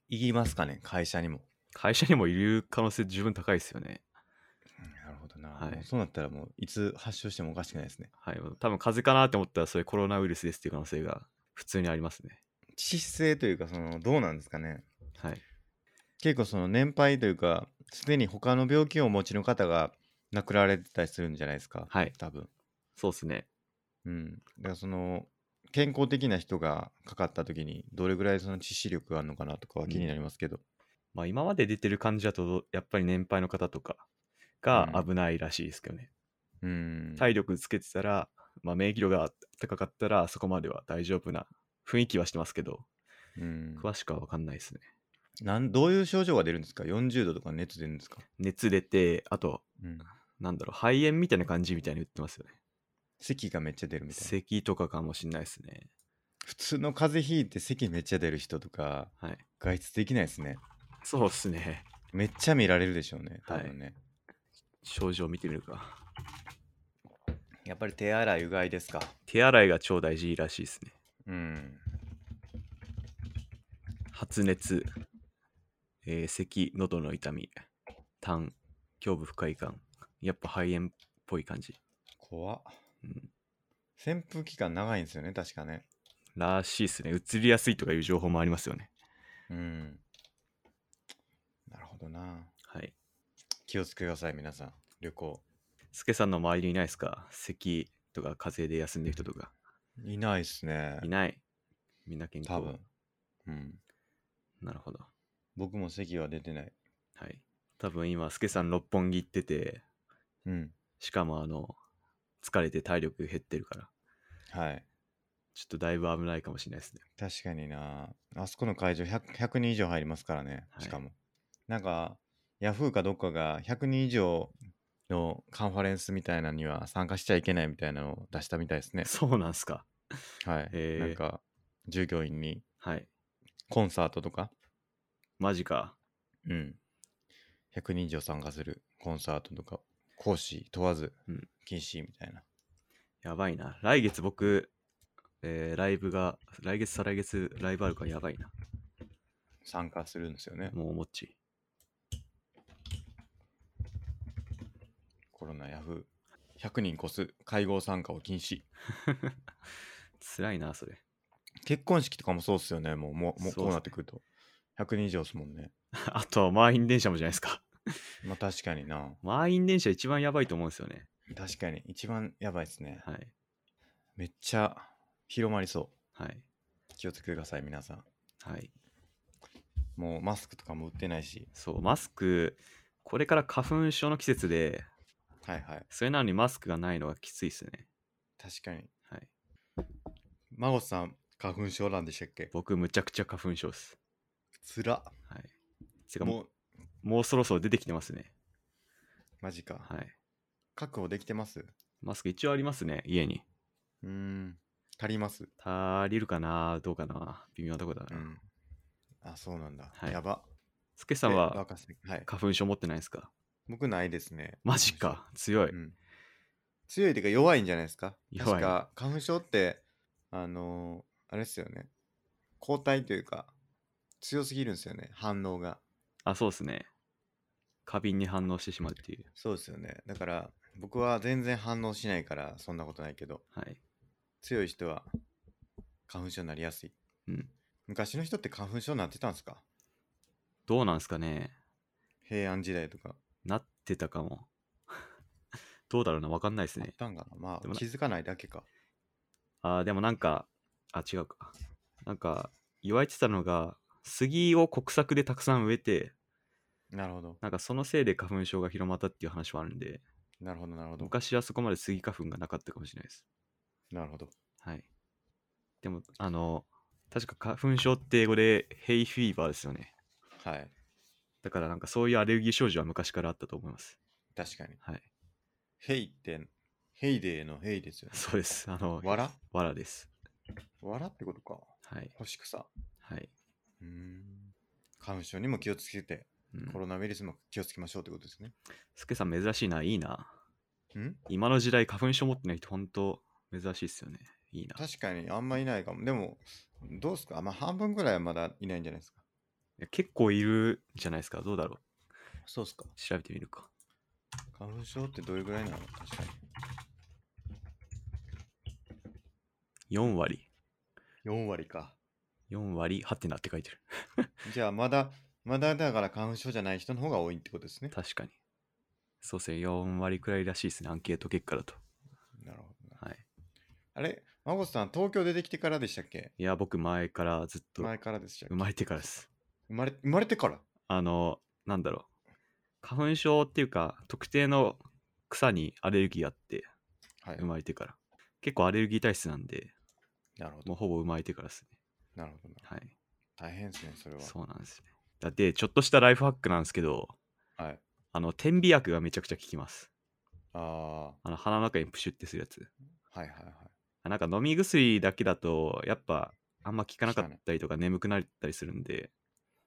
Speaker 1: いきますかね、会社にも。
Speaker 2: 会社にもいる可能性十分高いですよね。
Speaker 1: うんなるほどな。
Speaker 2: はい
Speaker 1: もうそうなったらもう、いつ発症してもおかしくないですね。
Speaker 2: はい、多分風邪かなって思ったらそれコロナウイルスですっていう可能性が普通にありますね。
Speaker 1: 致死性というか、その、どうなんですかね。
Speaker 2: はい。
Speaker 1: 結構その年配というか、すでに他の病気をお持ちの方が亡くなられてたりするんじゃないですか。
Speaker 2: はい
Speaker 1: 多分。
Speaker 2: そうですね。
Speaker 1: うん。だからその、健康的な人がかかった時に、どれぐらいその致死力があるのかなとかは気になりますけど。
Speaker 2: まあ今まで出てる感じだと、やっぱり年配の方とかが危ないらしいですけどね。
Speaker 1: うん。
Speaker 2: 体力つけてたら、まあ、免疫力が高かったらそこまでは大丈夫な雰囲気はしてますけど
Speaker 1: うん、
Speaker 2: 詳しくは分かんないですね
Speaker 1: なんどういう症状が出るんですか ?40 度とか熱出るんですか、
Speaker 2: 熱出てあと
Speaker 1: うん、
Speaker 2: なんだろう肺炎みたいな感じみたいに言ってますよね
Speaker 1: 咳がめっちゃ出るみたいな。
Speaker 2: 咳とかかもしんないですね
Speaker 1: 普通の風邪ひいて咳めっちゃ出る人とか、
Speaker 2: はい
Speaker 1: 外出できないですね。
Speaker 2: そうですね
Speaker 1: めっちゃ見られるでしょうね、多
Speaker 2: はい
Speaker 1: 分ね。
Speaker 2: 症状見てみるか
Speaker 1: やっぱり手洗いうがいですか。
Speaker 2: 手洗いが超大事らしいですね
Speaker 1: うん。
Speaker 2: 発熱、えー咳喉の痛み痰胸部不快感やっぱ肺炎っぽい感じ、
Speaker 1: 怖っ
Speaker 2: うん、
Speaker 1: 扇風期間長いんですよね、確かね。
Speaker 2: らしいですね。移りやすいとかいう情報もありますよね。
Speaker 1: うん。なるほどな。
Speaker 2: はい。
Speaker 1: 気をつけてください、皆さん。旅行。
Speaker 2: スケさんの周りにいないですか咳とか風邪で休んでる人とか。
Speaker 1: いないっすね。
Speaker 2: いない。みんな健康。
Speaker 1: 多分。うん。
Speaker 2: なるほど。
Speaker 1: 僕も席は出てない。
Speaker 2: はい。多分今、スケさん六本木行ってて、
Speaker 1: うん。
Speaker 2: しかもあの、疲れて体力減ってるから、
Speaker 1: はい。
Speaker 2: ちょっとだいぶ危ないかもしれないですね。
Speaker 1: 確かにな。あそこの会場 100, 100人以上入りますからね。
Speaker 2: はい
Speaker 1: しかも。なんか、ヤフーかどっかが100人以上のカンファレンスみたいなのには参加しちゃいけないみたいなのを出したみたいですね。
Speaker 2: そうなんすか。
Speaker 1: はい。
Speaker 2: へ
Speaker 1: な
Speaker 2: ー
Speaker 1: んか、従業員に
Speaker 2: はい。
Speaker 1: コンサートとか、
Speaker 2: マジか。
Speaker 1: うん。100人以上参加するコンサートとか、講師問わず
Speaker 2: うん
Speaker 1: 禁止みたいな。
Speaker 2: やばいな。来月僕、えーライブが、来月再来月ライブあるからやばいな。
Speaker 1: 参加するんですよね。
Speaker 2: もうおもっち。
Speaker 1: コロナヤフー。100人超す会合参加を禁止。
Speaker 2: 辛いな、それ。
Speaker 1: 結婚式とかもそうっすよね。もう、もうもう
Speaker 2: そうっすね
Speaker 1: こうなってくると。100人以上ですもんね。
Speaker 2: あと、満員電車もじゃないですか。
Speaker 1: まあ確かにな。
Speaker 2: 満員電車一番やばいと思うんですよね。
Speaker 1: 確かに。一番やばいですね。
Speaker 2: はい。
Speaker 1: めっちゃ広まりそ
Speaker 2: はい。
Speaker 1: う。気をつけてください、皆さん。
Speaker 2: はい。
Speaker 1: もうマスクとかも売ってないし。
Speaker 2: そう、マスク、これから花粉症の季節で、
Speaker 1: はいはい。
Speaker 2: それなのにマスクがないのがきついですね。
Speaker 1: 確かに。
Speaker 2: はい。
Speaker 1: 孫さん、花粉症なんでしたっけ
Speaker 2: 僕、むちゃくちゃ花粉症です。
Speaker 1: つら。
Speaker 2: はい。てかも
Speaker 1: も
Speaker 2: う、
Speaker 1: う、
Speaker 2: もうそろそろ出てきてますね。
Speaker 1: マジか。
Speaker 2: はい。
Speaker 1: 確保できてます
Speaker 2: マスク一応ありますね、家に。
Speaker 1: うーん。足ります。
Speaker 2: 足りるかなどうかな微妙なとこだ
Speaker 1: う
Speaker 2: な。
Speaker 1: ん。あ、そうなんだ。
Speaker 2: はい
Speaker 1: やば。
Speaker 2: スケさん
Speaker 1: え
Speaker 2: は
Speaker 1: 若狭はい。
Speaker 2: 花粉症持ってないですか
Speaker 1: 僕ないですね。
Speaker 2: マジか。強い。
Speaker 1: うん、強いというか弱いんじゃないですか
Speaker 2: 弱
Speaker 1: 確
Speaker 2: い
Speaker 1: か花粉症ってあのーあれですよね抗体というか強すぎるんですよね反応が
Speaker 2: あ、そうですね。過敏に反応してしまうっていう。
Speaker 1: そうですよねだから僕は全然反応しないからそんなことないけど
Speaker 2: はい。
Speaker 1: 強い人は花粉症になりやすい
Speaker 2: うん。
Speaker 1: 昔の人って花粉症になってたんですか
Speaker 2: どうなんすかね
Speaker 1: 平安時代とか
Speaker 2: なってたかも。 どうだろうなわかんないです
Speaker 1: あっ
Speaker 2: ね。
Speaker 1: たんかなま
Speaker 2: で
Speaker 1: あ
Speaker 2: もな
Speaker 1: 気づかないだけか
Speaker 2: あーでもなんか、あ、違うか。なんか、言われてたのが、杉を国策でたくさん植えて、
Speaker 1: なるほど
Speaker 2: なんかそのせいで花粉症が広まったっていう話はあるんで、
Speaker 1: なるほどなるほど
Speaker 2: 昔はそこまでスギ花粉がなかったかもしれないです。
Speaker 1: なるほど
Speaker 2: はい。でも、あの、確か花粉症って英語でヘイフィーバーですよね。
Speaker 1: はい
Speaker 2: だからなんかそういうアレルギー症状は昔からあったと思います。
Speaker 1: 確かに
Speaker 2: はい。
Speaker 1: ヘイってヘイデーのヘイですよね
Speaker 2: そうです。あの、
Speaker 1: わら
Speaker 2: わらです。
Speaker 1: わらってことか。
Speaker 2: はい。
Speaker 1: 干し草。
Speaker 2: はい。
Speaker 1: うーん。花粉症にも気をつけて、
Speaker 2: うん
Speaker 1: コロナウイルスも気をつけましょうってことですね。
Speaker 2: スケさん珍しいな、いいな。
Speaker 1: うん
Speaker 2: 今の時代花粉症持ってない人ほんと珍しいっすよね。いいな。
Speaker 1: 確かにあんまいないかも。でも、どうですかあまあ半分ぐらいはまだいないんじゃないですか。
Speaker 2: いや結構いるじゃないですか。どうだろう。
Speaker 1: そうですか。
Speaker 2: 調べてみるか。
Speaker 1: 花粉症ってどれぐらいなの確か
Speaker 2: 4割。
Speaker 1: に。4割か。
Speaker 2: 4割、はてなって書いてる。
Speaker 1: じゃあまだ、まだだから花粉症じゃない人の方が多いってことですね。
Speaker 2: 確かに。そうですね、4割くらいらしいですね。アンケート結果だと。
Speaker 1: なるほどな。
Speaker 2: はい。
Speaker 1: あれマゴさん、東京出てきてからでしたっけ
Speaker 2: いや、僕前からずっと
Speaker 1: 前からでしたっけ
Speaker 2: 生まれてからです。
Speaker 1: 生まれ生まれてから
Speaker 2: あの、なんだろう。花粉症っていうか、特定の草にアレルギーあって、
Speaker 1: はい
Speaker 2: 生。まれてから。結構アレルギー体質なんで、
Speaker 1: なるほど。
Speaker 2: もうほぼ生まれてからですね。
Speaker 1: なるほどな。
Speaker 2: はい。
Speaker 1: 大変ですね、それは。
Speaker 2: そうなんですね。だって、ちょっとしたライフハックなんですけど、
Speaker 1: はい。
Speaker 2: あの、点鼻薬がめちゃくちゃ効きます。
Speaker 1: あ
Speaker 2: あの、鼻の中にプシュってするやつ。
Speaker 1: あ、はいはいはい。
Speaker 2: あなんか飲み薬だけだと、やっぱ、あんま効かなか
Speaker 1: 効かな
Speaker 2: っ
Speaker 1: い
Speaker 2: たりとか、眠くなったりするんで、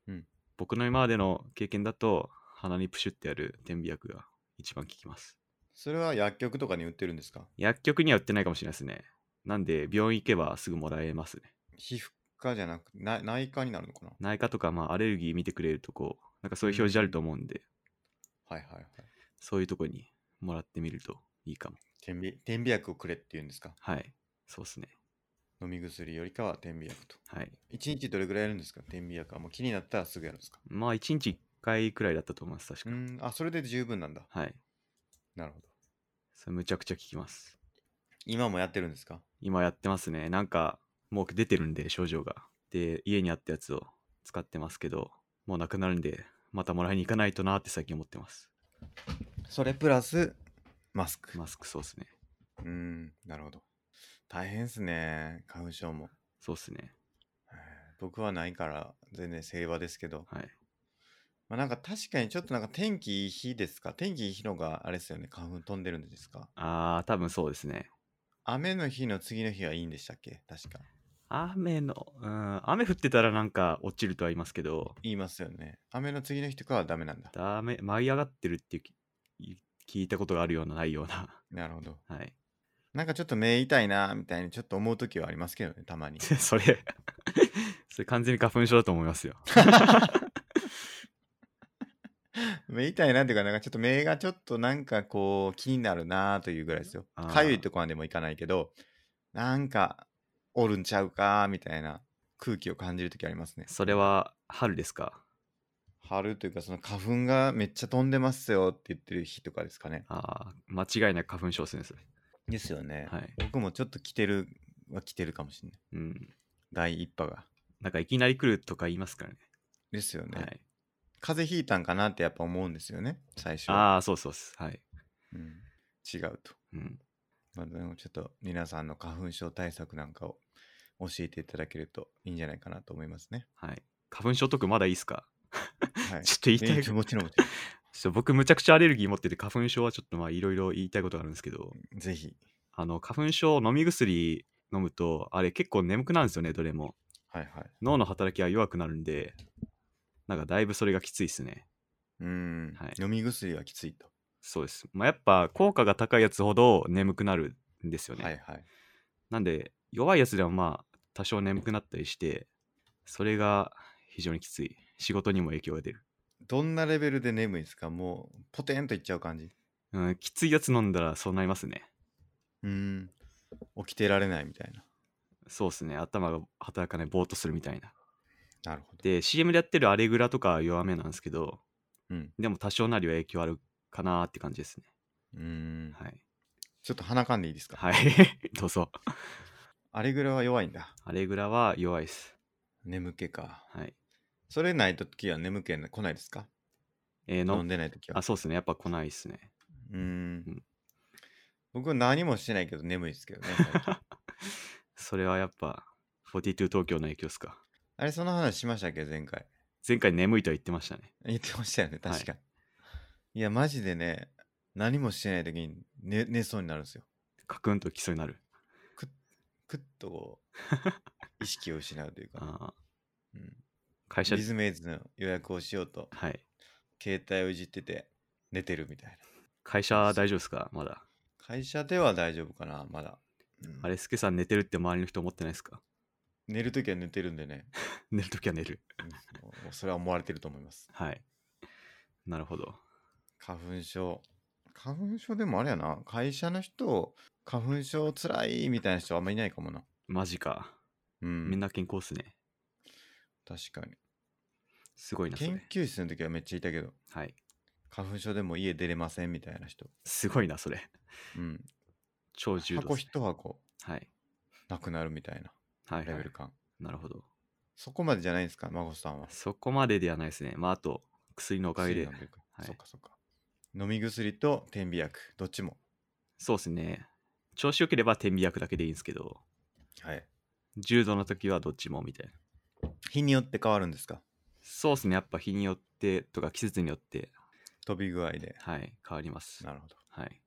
Speaker 1: うん
Speaker 2: 僕の今までの経験だと、鼻にプシュってやる点鼻薬が一番効きます。
Speaker 1: それは薬局とかに売ってるんですか
Speaker 2: 薬局には売ってないかもしれないですね。なんで、病院行けばすぐもらえますね。
Speaker 1: 皮膚科じゃなくな内科になるのかな
Speaker 2: 内科とか、まあ、アレルギー見てくれるとこ、なんかそういう表示あると思うんで、
Speaker 1: はいはいはい。
Speaker 2: そういうとこにもらってみるといいかも。
Speaker 1: 点鼻点鼻薬をくれって言うんですか
Speaker 2: はい。そうっすね。
Speaker 1: 飲み薬よりかは点鼻薬と。
Speaker 2: はい。
Speaker 1: 一日どれぐらいやるんですか点鼻薬は。もう気になったらすぐやるんですか
Speaker 2: まあ、1日1回くらいだったと思います、
Speaker 1: う
Speaker 2: 確か。
Speaker 1: ん、あ、それで十分なんだ。
Speaker 2: はい。
Speaker 1: なるほど。
Speaker 2: それむちゃくちゃ効きます。
Speaker 1: 今もやってるんですか
Speaker 2: 今やってますね。なんか、もう出てるんで、症状が。で、家にあったやつを使ってますけど、もうなくなるんで、またもらいに行かないとなって最近思ってます。
Speaker 1: それプラス、マスク。
Speaker 2: マスクそうっすね。
Speaker 1: うん、なるほど。大変ですね、花粉症も。
Speaker 2: そうっすね。
Speaker 1: 僕はないから全然平和ですけど、
Speaker 2: はい。
Speaker 1: まあ、なんか確かにちょっとなんか天気いい日ですか天気いい日のがあれですよね花粉飛んでるんですか
Speaker 2: あー、多分そうですね。
Speaker 1: 雨の日の次の日はいいんでしたっけ確か
Speaker 2: 雨の、うん、雨降ってたらなんか落ちるとは言いますけど、
Speaker 1: 言いますよね雨の次の日とかはダメなんだ
Speaker 2: ダメ、舞い上がってるっていうきい聞いたことがあるような、ないような。
Speaker 1: なるほど
Speaker 2: はい。
Speaker 1: なんかちょっと目痛いなみたいにちょっと思う時はありますけどねたまに
Speaker 2: それ、それ完全に花粉症だと思いますよ。
Speaker 1: 目痛いなっていうかなんかちょっと目がちょっとなんかこう気になるなというぐらいですよ
Speaker 2: あー
Speaker 1: かゆいとこまでもいかないけどなんかおるんちゃうかみたいな空気を感じる時ありますね
Speaker 2: それは春ですか
Speaker 1: 春というかその花粉がめっちゃ飛んでますよって言ってる日とかですかね。
Speaker 2: ああ、間違いなく花粉症ですね、それ。
Speaker 1: ですよね
Speaker 2: はい。
Speaker 1: 僕もちょっと来てるは来てるかもしれない。
Speaker 2: うん。
Speaker 1: 第一波が。
Speaker 2: なんかいきなり来るとか言いますからね。
Speaker 1: ですよね。
Speaker 2: はい。
Speaker 1: 風邪ひいたんかなってやっぱ思うんですよね最初は、
Speaker 2: ああ、そうそうです。はい。
Speaker 1: うん違うと。
Speaker 2: うん。
Speaker 1: まあ、でもちょっと皆さんの花粉症対策なんかを教えていただけるといいんじゃないかなと思います ね。
Speaker 2: はい。花粉症特まだいいっすか
Speaker 1: はい。
Speaker 2: ちょっと言いたい
Speaker 1: えーもちろんもちろ
Speaker 2: ちょ僕むちゃくちゃアレルギー持ってて花粉症はちょっとまあいろいろ言いたいことがあるんですけど、
Speaker 1: ん。ぜひ。
Speaker 2: あの花粉症飲み薬飲むとあれ結構眠くなるんですよね、どれも。
Speaker 1: はいはい。
Speaker 2: 脳の働きが弱くなるんで、なんかだいぶそれがきついっすね。
Speaker 1: うん、
Speaker 2: はい
Speaker 1: 飲み薬はきついと。
Speaker 2: そうです。まあやっぱ効果が高いやつほど眠くなるんですよね。
Speaker 1: はいはい。
Speaker 2: なんで、弱いやつでもまあ、多少眠くなったりして、それが非常にきつい。仕事にも影響が出る。
Speaker 1: どんなレベルで眠いですかもうポテンといっちゃう感じ
Speaker 2: うん、きついやつ飲んだらそうなりますね。
Speaker 1: うーん。起きてられないみたいな。
Speaker 2: そうっすね。頭が働かない、ぼーっとするみたいな。
Speaker 1: なるほど。
Speaker 2: で、CM でやってるアレグラとかは弱めなんですけど、
Speaker 1: うん。
Speaker 2: でも多少なりは影響あるかなーって感じですね。
Speaker 1: うーん。
Speaker 2: はい。
Speaker 1: ちょっと鼻かんでいいですか、
Speaker 2: はい。 どうぞ。
Speaker 1: あれぐらいは弱いんだ。
Speaker 2: アレグラは弱いっす。
Speaker 1: 眠気か。
Speaker 2: はい。
Speaker 1: それないときは眠気な来ないですか
Speaker 2: えー、
Speaker 1: 飲
Speaker 2: の
Speaker 1: んでないときは
Speaker 2: あ、。そうっすね。やっぱ来ないっすね。
Speaker 1: うーん
Speaker 2: ん。
Speaker 1: 僕は何もしてないけど眠いですけどね。最 近
Speaker 2: それはやっぱ、42東京の影響っすか。
Speaker 1: あれ、その話しましたっけ前回。
Speaker 2: 前回眠いとは言ってましたね。
Speaker 1: 言ってましたよね、
Speaker 2: はい
Speaker 1: 確かに。い、や、マジでね、何もしてないときに寝寝そうになるんですよ。
Speaker 2: カクンときそうになる。
Speaker 1: クッとこう、 意識を失うというか、
Speaker 2: あー
Speaker 1: うん、
Speaker 2: 会社
Speaker 1: リズムエイズの予約をしようと、
Speaker 2: はい。
Speaker 1: 携帯をいじってて寝てるみたいな。
Speaker 2: 会社大丈夫ですかまだ。
Speaker 1: 会社では大丈夫かな、まだ。うん
Speaker 2: あれ、すけさん寝てるって周りの人思ってないですか
Speaker 1: 寝るときは寝てるんでね、
Speaker 2: 寝るときは寝る。
Speaker 1: うんもうそれは思われてると思います。
Speaker 2: はい。なるほど。
Speaker 1: 花粉症。花粉症でもあれやな、会社の人、花粉症つらいみたいな人あんまいないかもな。
Speaker 2: マジか。
Speaker 1: うん、
Speaker 2: みんな健康っすね。
Speaker 1: 確かに。
Speaker 2: すごいな、そ
Speaker 1: 研
Speaker 2: れ。
Speaker 1: 究室の時はめっちゃいたけど、
Speaker 2: はい。
Speaker 1: 花粉症でも家出れませんみたいな人。
Speaker 2: すごいな、それ。
Speaker 1: うん。
Speaker 2: 超重度
Speaker 1: 箱
Speaker 2: っすね、
Speaker 1: 一箱
Speaker 2: はい。
Speaker 1: なくなるみたいな
Speaker 2: はい、
Speaker 1: レ
Speaker 2: は
Speaker 1: ベ
Speaker 2: い
Speaker 1: ル。感。
Speaker 2: なるほど。
Speaker 1: そこまでじゃないんですか、孫さんは。
Speaker 2: そこまでではないですね。まあ、あと、薬のおかげ
Speaker 1: 薬
Speaker 2: で
Speaker 1: 飲ん。るか
Speaker 2: はい
Speaker 1: そっかそっか。飲み薬と点鼻薬、どっちも。
Speaker 2: そうですね。調子良ければ点鼻薬だけでいいんですけど、
Speaker 1: はい。
Speaker 2: 重度の時はどっちもみたいな。
Speaker 1: 日によって変わるんですか
Speaker 2: そうですね。やっぱ日によってとか季節によって、
Speaker 1: 飛び具合で。
Speaker 2: はい、変わります。
Speaker 1: なるほど。
Speaker 2: はい。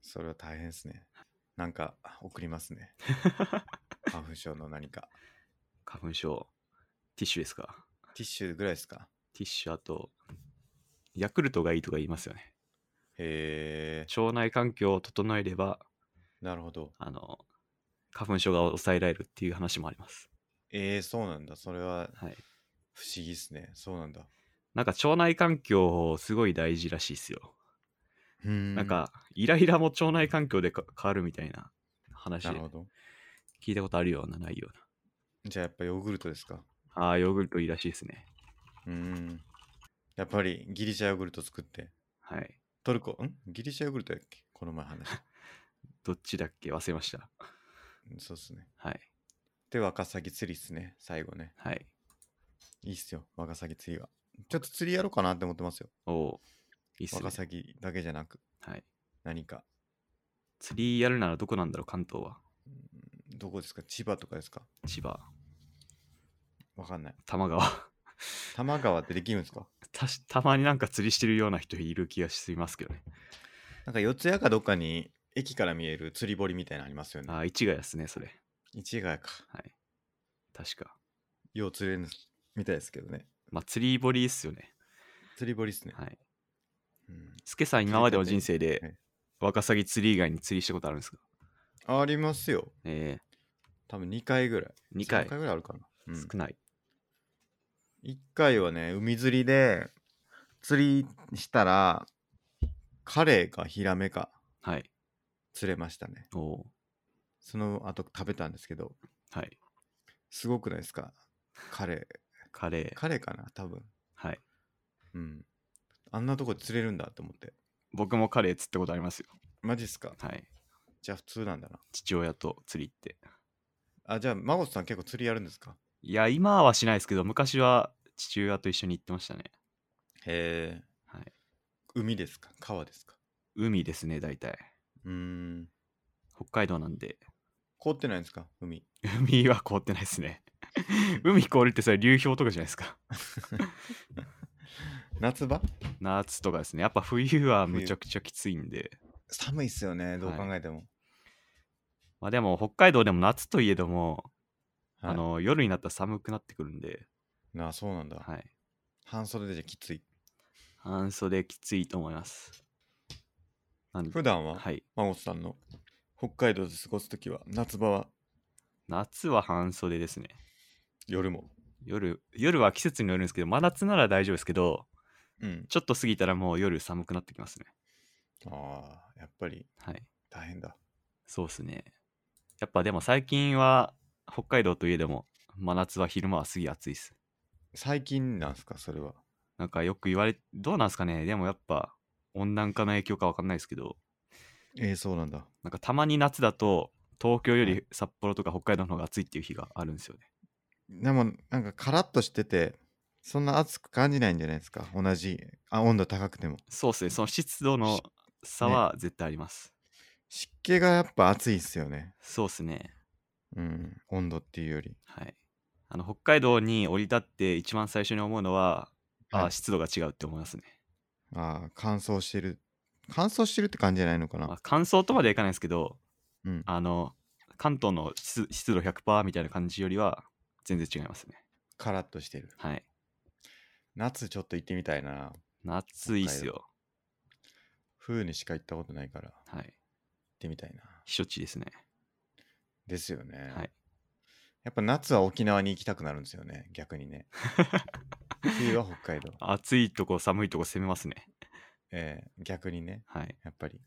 Speaker 1: それは大変ですね。なんか送ります ね。花粉症の何か。
Speaker 2: 花粉症、ティッシュですか
Speaker 1: ティッシュぐらいですか
Speaker 2: ティッシュあと、ヤクルトがいいとか言いますよね。
Speaker 1: へえ、
Speaker 2: 腸内環境を整えれば、
Speaker 1: なるほど。
Speaker 2: あの、花粉症が抑えられるっていう話もあります。
Speaker 1: ええそうなんだ。それは
Speaker 2: はい。
Speaker 1: 不思議ですね。そうなんだ。
Speaker 2: なんか腸内環境すごい大事らしいですよ。
Speaker 1: な
Speaker 2: なん、かイライラも腸内環境でか変わるみたいな話
Speaker 1: なるほど。
Speaker 2: 聞いたことあるような、ないよう
Speaker 1: じゃあやっぱヨーグルトですか
Speaker 2: な。ああ、ヨーグルトいいらしいですね。
Speaker 1: うーん。やっぱりギリシャヨーグルト作って。
Speaker 2: はい。
Speaker 1: トルコ、んギリシャヨーグルトやっけこの前話した。
Speaker 2: どっちだっけ忘れました。
Speaker 1: うんそうっすね。
Speaker 2: はい。
Speaker 1: で、ワカサギ釣りっすね。最後ね。
Speaker 2: はい。
Speaker 1: いいっすよ。ワカサギ釣りは。ちょっと釣りやろうかなって思ってますよ。
Speaker 2: おおー、いいっす
Speaker 1: ワ
Speaker 2: ね
Speaker 1: カ。サギだけじゃなく、
Speaker 2: はい。
Speaker 1: 何か。
Speaker 2: 釣りやるならどこなんだろう、関東は。
Speaker 1: うんどこですか千葉とかですか
Speaker 2: 千葉、
Speaker 1: わかんない。
Speaker 2: 多摩川。
Speaker 1: 多摩川ってできるんですか
Speaker 2: たした まになんか釣りしてるような人いる気がしますけどね。
Speaker 1: なんか四谷かどっかに駅から見える釣り堀みたいなのありますよね。
Speaker 2: ああ、市ヶ谷っすね、それ。
Speaker 1: 市ヶ谷か。
Speaker 2: はい。確か。
Speaker 1: よう釣れるみたいですけどね。
Speaker 2: まあ、釣り堀っすよね。
Speaker 1: 釣り堀っすね。
Speaker 2: はい。
Speaker 1: うん
Speaker 2: スケさん、今までの人生
Speaker 1: はい
Speaker 2: で、ワカサギ釣り以外に釣りしたことあるんですか
Speaker 1: ありますよ。
Speaker 2: え
Speaker 1: 多分2回ぐらい。
Speaker 2: え2回
Speaker 1: 3。回ぐらいあるかな。うん、
Speaker 2: 少ない。
Speaker 1: 1回はね、海釣りで釣りしたら、カレイかヒラメか
Speaker 2: はい。
Speaker 1: 釣れましたね。
Speaker 2: おお
Speaker 1: その後食べたんですけど、
Speaker 2: ーはい。
Speaker 1: すごくないですかカレイ。
Speaker 2: カレー。
Speaker 1: カレイかな多分。
Speaker 2: はい。
Speaker 1: うん。あんなとこで釣れるんだと思って。
Speaker 2: 僕もカレー釣ったことありますよ。
Speaker 1: マジっすか
Speaker 2: はい。
Speaker 1: じゃあ普通なんだな。
Speaker 2: 父親と釣り行って。
Speaker 1: あ、じゃあ、孫さん結構釣りやるんですか
Speaker 2: いや、今はしないですけど、昔は父親と一緒に行ってましたね。
Speaker 1: へえ。
Speaker 2: はい。
Speaker 1: 海ですか川ですか
Speaker 2: 海ですね、大体。
Speaker 1: うーん。
Speaker 2: 北海道なんで。
Speaker 1: 凍ってないんですか海。
Speaker 2: 海は凍ってないで すね。海凍るってそれ流氷とかじゃないですか。
Speaker 1: 夏場
Speaker 2: 夏とかですね。やっぱ冬はむちゃくちゃきついんで。
Speaker 1: 寒いっすよね、どう考えても。
Speaker 2: まあでも北海道でも夏といえども、
Speaker 1: はい
Speaker 2: あの夜になったら寒くなってくるんで、
Speaker 1: なあ、そうなんだ。
Speaker 2: はい。
Speaker 1: 半袖でじゃきつい。
Speaker 2: 半袖きついと思います。なんで
Speaker 1: 普段は、
Speaker 2: はい。
Speaker 1: 孫さんの北海道で過ごすときは、夏場は
Speaker 2: 夏は半袖ですね。
Speaker 1: 夜も。
Speaker 2: 夜、夜は季節によるんですけど、真夏なら大丈夫ですけど、
Speaker 1: うん。
Speaker 2: ちょっと過ぎたらもう夜寒くなってきますね。
Speaker 1: ああ、やっぱり
Speaker 2: はい。
Speaker 1: 大変だ。
Speaker 2: そうですね。やっぱでも最近は北海道といえども、真夏は昼間はすぎ暑いです。
Speaker 1: 最近なんすか、それは。
Speaker 2: なんかよく言われ、どうなんですかね。でもやっぱ温暖化の影響かわかんないですけど、
Speaker 1: ええそうなんだ。
Speaker 2: なんかたまに夏だと東京よ
Speaker 1: は
Speaker 2: り札幌とか北海道の方が暑いっていう日があるんですよね。
Speaker 1: でも、なんかカラッとしてて、そんな暑く感じないんじゃないですか、同じあ温度高くても。
Speaker 2: そうですね。その湿度の差は絶対あります。
Speaker 1: 湿気がやっぱ暑いっすよね。
Speaker 2: そうですね。
Speaker 1: うん、温度っていうより。
Speaker 2: はい。あの北海道に降り立って一番最初に思うのは、あ
Speaker 1: は
Speaker 2: あ
Speaker 1: い
Speaker 2: 湿度が違うって思いますね。
Speaker 1: ああ、乾燥してる。乾燥してるって感じじゃないのか
Speaker 2: ま
Speaker 1: な
Speaker 2: あ、。乾燥とまではいかないですけど、
Speaker 1: うん。
Speaker 2: あの、関東の湿湿度100%みたいな感じよりは全然違いますね。
Speaker 1: カラッとしてる。
Speaker 2: はい。
Speaker 1: 夏ちょっと行ってみたいな。
Speaker 2: 夏いいっすよ。
Speaker 1: 冬にしか行ったことないから行っ
Speaker 2: はい。
Speaker 1: てみたいな。
Speaker 2: 避暑地ですね。
Speaker 1: ですよね。
Speaker 2: はい。
Speaker 1: やっぱ夏は沖縄に行きたくなるんですよね。逆に ね。冬は北海道。
Speaker 2: 暑いとこ寒いとこ攻めますね。
Speaker 1: ええ逆にね。
Speaker 2: はい。
Speaker 1: やっぱり。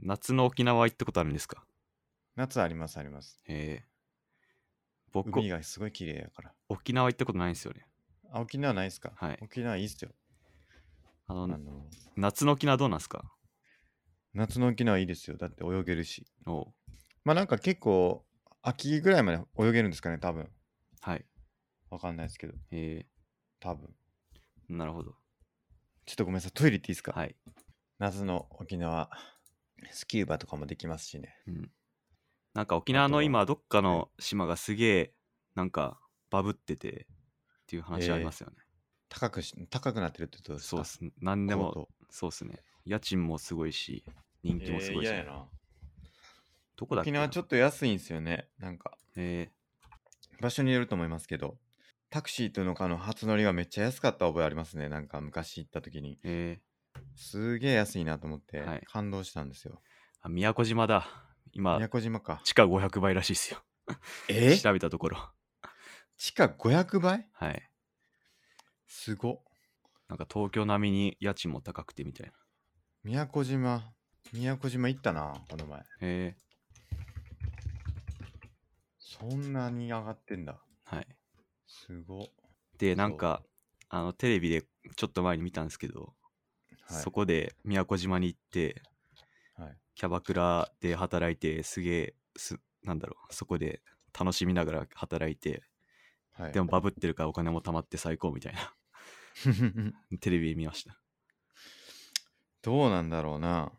Speaker 2: 夏の沖縄行ったことあるんですか
Speaker 1: 夏ありますあります。
Speaker 2: ええ僕、
Speaker 1: 海がすごい綺麗やから。
Speaker 2: 沖縄行ったことないんですよね。
Speaker 1: あ、沖縄ないですか、
Speaker 2: はい
Speaker 1: 沖縄いいっすよ。
Speaker 2: あの、
Speaker 1: あの、
Speaker 2: 夏の沖縄どうなんですか
Speaker 1: 夏の沖縄いいですよ。だって泳げるし。
Speaker 2: おう
Speaker 1: まあなんか結構、秋ぐらいまで泳げるんですかね、多分。
Speaker 2: はい。
Speaker 1: わかんないですけど、
Speaker 2: え
Speaker 1: 多分。
Speaker 2: えなるほど。
Speaker 1: ちょっとごめんなさい、トイレ行っていいですか、
Speaker 2: はい。
Speaker 1: 夏の沖縄、スキューバとかもできますしね。
Speaker 2: うん。なんか沖縄
Speaker 1: あとは
Speaker 2: の今、どっかの島がすげえ、なんか、バブってて、っていう話ありますよね。
Speaker 1: 高くし高くなってるってどうです
Speaker 2: そう
Speaker 1: か
Speaker 2: っす。なんで
Speaker 1: 高
Speaker 2: も、
Speaker 1: 騰
Speaker 2: そうっすね。家賃もすごいし、人気もすごいし。
Speaker 1: えー嫌やな
Speaker 2: どこだっけ
Speaker 1: 沖縄ちょっと安いんですよね。なんか、
Speaker 2: え
Speaker 1: 場所によると思いますけど、タクシーとのかの初乗りがめっちゃ安かった覚えありますね。なんか昔行った時に、
Speaker 2: えええ
Speaker 1: すげえ安いなと思って
Speaker 2: はい
Speaker 1: 感動したんですよ。
Speaker 2: あ、宮古島だ。今、
Speaker 1: 宮古島か。
Speaker 2: 地下500倍らしいっすよ。
Speaker 1: えー
Speaker 2: 調べたところ。
Speaker 1: 地下500倍
Speaker 2: はい。
Speaker 1: すごっ。
Speaker 2: なんか東京並みに家賃も高くてみたいな。
Speaker 1: 宮古島、宮古島行ったな、この前。
Speaker 2: へえ
Speaker 1: そんなに上がってんだ。
Speaker 2: はい。
Speaker 1: すご。はい、
Speaker 2: で、なんか、あの、テレビでちょっと前に見たんですけど、そこで宮古島に行って、
Speaker 1: はい。
Speaker 2: キャバクラで働いて、すげえ、す、なんだろう、そこで楽しみながら働いて、
Speaker 1: はい。
Speaker 2: でもバブってるからお金も貯まって最高みたいな、 テレビ見ました。
Speaker 1: どうなんだろうな。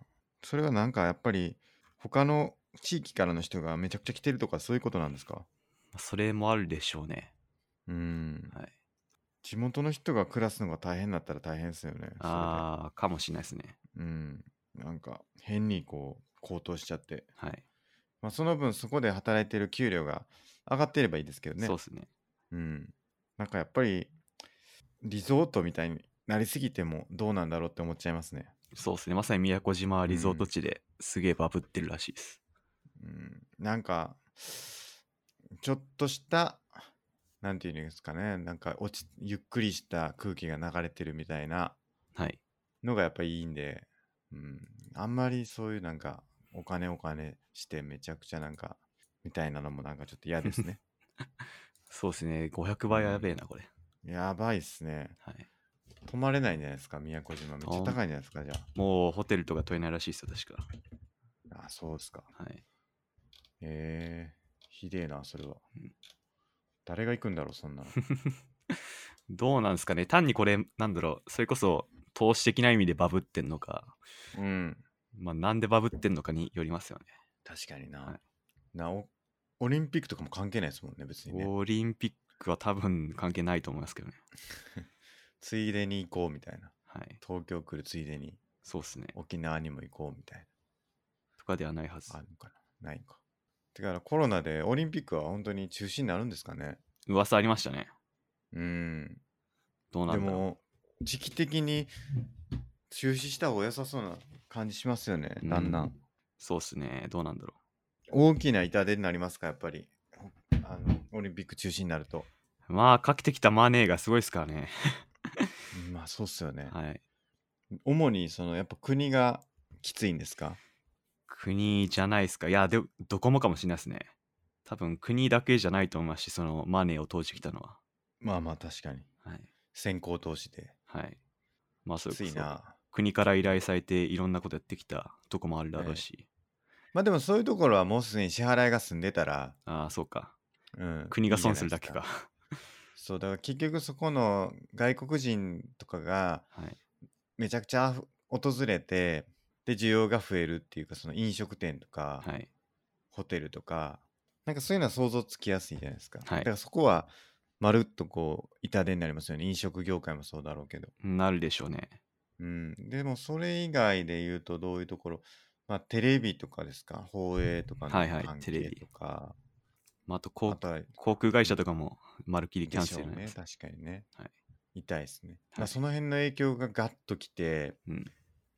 Speaker 1: それはなんかやっぱり他の地域からの人がめちゃくちゃ来てるとかそういうことなんですか
Speaker 2: それもあるでしょうね。
Speaker 1: うん。
Speaker 2: はい。
Speaker 1: 地元の人が暮らすのが大変だったら大変ですよね。それで
Speaker 2: あー、かもしれないですね。
Speaker 1: うん。なんか変にこう高騰しちゃって。
Speaker 2: はい。
Speaker 1: まあその分そこで働いてる給料が上がってればいいですけどね。
Speaker 2: そうですね。
Speaker 1: うん。なんかやっぱりリゾートみたいになりすぎてもどうなんだろうって思っちゃいますね。
Speaker 2: そうですね。まさに宮古島はリゾート地ですげえバブってるらしいです。
Speaker 1: うん、なんかちょっとしたなんていうんですかねなんか落ちゆっくりした空気が流れてるみたいな
Speaker 2: はい。
Speaker 1: のがやっぱいいんで、うん、あんまりそういうなんかお金お金してめちゃくちゃなんかみたいなのもなんかちょっと嫌です ね
Speaker 2: そうですね。500倍はやべえな、これ。
Speaker 1: やばいっすね
Speaker 2: はい。
Speaker 1: 泊まれないんじゃないですか宮古島めっちゃ高いんじゃないですかじゃ
Speaker 2: もうホテルとか取れないらしいですよ、確か。
Speaker 1: ああそうですか
Speaker 2: はい。
Speaker 1: へえひでえなそれは、
Speaker 2: うん
Speaker 1: 誰が行くんだろうそんな の
Speaker 2: どうなんですかね。単にこれ、なんだろう、それこそ投資的な意味でバブってんのか、
Speaker 1: うん
Speaker 2: まあ、なんでバブってんのかによりますよね。
Speaker 1: 確かにな。
Speaker 2: は
Speaker 1: なおオリンピックとかも関係ないですもんね、別にね。
Speaker 2: オリンピックは多分関係ないと思いますけどね。
Speaker 1: ついでに行こうみたいな。
Speaker 2: はい。
Speaker 1: 東京来るついでに
Speaker 2: そうですね。
Speaker 1: 沖縄にも行こうみたい
Speaker 2: とかではないはず
Speaker 1: な。あ。るのかなないか。だからコロナでオリンピックは本当に中止になるんですかね。
Speaker 2: 噂ありましたね。
Speaker 1: うん。
Speaker 2: どうな
Speaker 1: で
Speaker 2: んだろう。
Speaker 1: も、時期的に中止した方が良さそうな感じしますよね、
Speaker 2: うん
Speaker 1: だんだん。
Speaker 2: そうですね。どうなんだろ
Speaker 1: 大きな痛手になりますか、やっぱり。あのオリンピック中止になると。
Speaker 2: う。まあ、かけてきたマネーがすごいですからね。
Speaker 1: うんまあ、そうっすよね。
Speaker 2: はい。
Speaker 1: 主に、その、やっぱ国がきついんですか
Speaker 2: 国じゃないですか。いや、でどこもかもしれないですね。多分国だけじゃないと思いますし、そのマネーを投じてきたのは。
Speaker 1: まあまあ確かに。
Speaker 2: はい。
Speaker 1: 先行投資で。
Speaker 2: はい。まあ、それ
Speaker 1: つ
Speaker 2: こ
Speaker 1: い
Speaker 2: そ
Speaker 1: な。
Speaker 2: 国から依頼されていろんなことやってきたとこもあるだろうし、
Speaker 1: まあでもそういうところはもうすでに支払いが済んでたら、
Speaker 2: ああそうか
Speaker 1: うん、
Speaker 2: 国が損す
Speaker 1: いい
Speaker 2: る
Speaker 1: じゃ
Speaker 2: だ
Speaker 1: ないで
Speaker 2: け
Speaker 1: す
Speaker 2: か。
Speaker 1: そうだから結局そこの外国人とかが
Speaker 2: はい
Speaker 1: めちゃくちゃ訪れてで需要が増えるっていうかその飲食店とか、
Speaker 2: はい
Speaker 1: ホテルとかなんかそういうのは想像つきやすいじゃないですか、
Speaker 2: はい
Speaker 1: だからそこはまるっとこう痛手になりますよね飲食業界もそうだろうけど、
Speaker 2: なるでしょうね
Speaker 1: うん、でもそれ以外で言うとどういうところまあテレビとかですか放映とかの
Speaker 2: はいはい
Speaker 1: 関
Speaker 2: テレ
Speaker 1: 係
Speaker 2: ビ
Speaker 1: とか、
Speaker 2: まああと
Speaker 1: あ
Speaker 2: 航
Speaker 1: とは
Speaker 2: 航空会社とかもまるっきりキ
Speaker 1: で
Speaker 2: ャン
Speaker 1: し
Speaker 2: セ
Speaker 1: ょう
Speaker 2: ルなんで
Speaker 1: ね
Speaker 2: す
Speaker 1: 確かにね、
Speaker 2: はい
Speaker 1: 痛いですね、
Speaker 2: はい
Speaker 1: まあ、その辺の影響がガッときて
Speaker 2: うん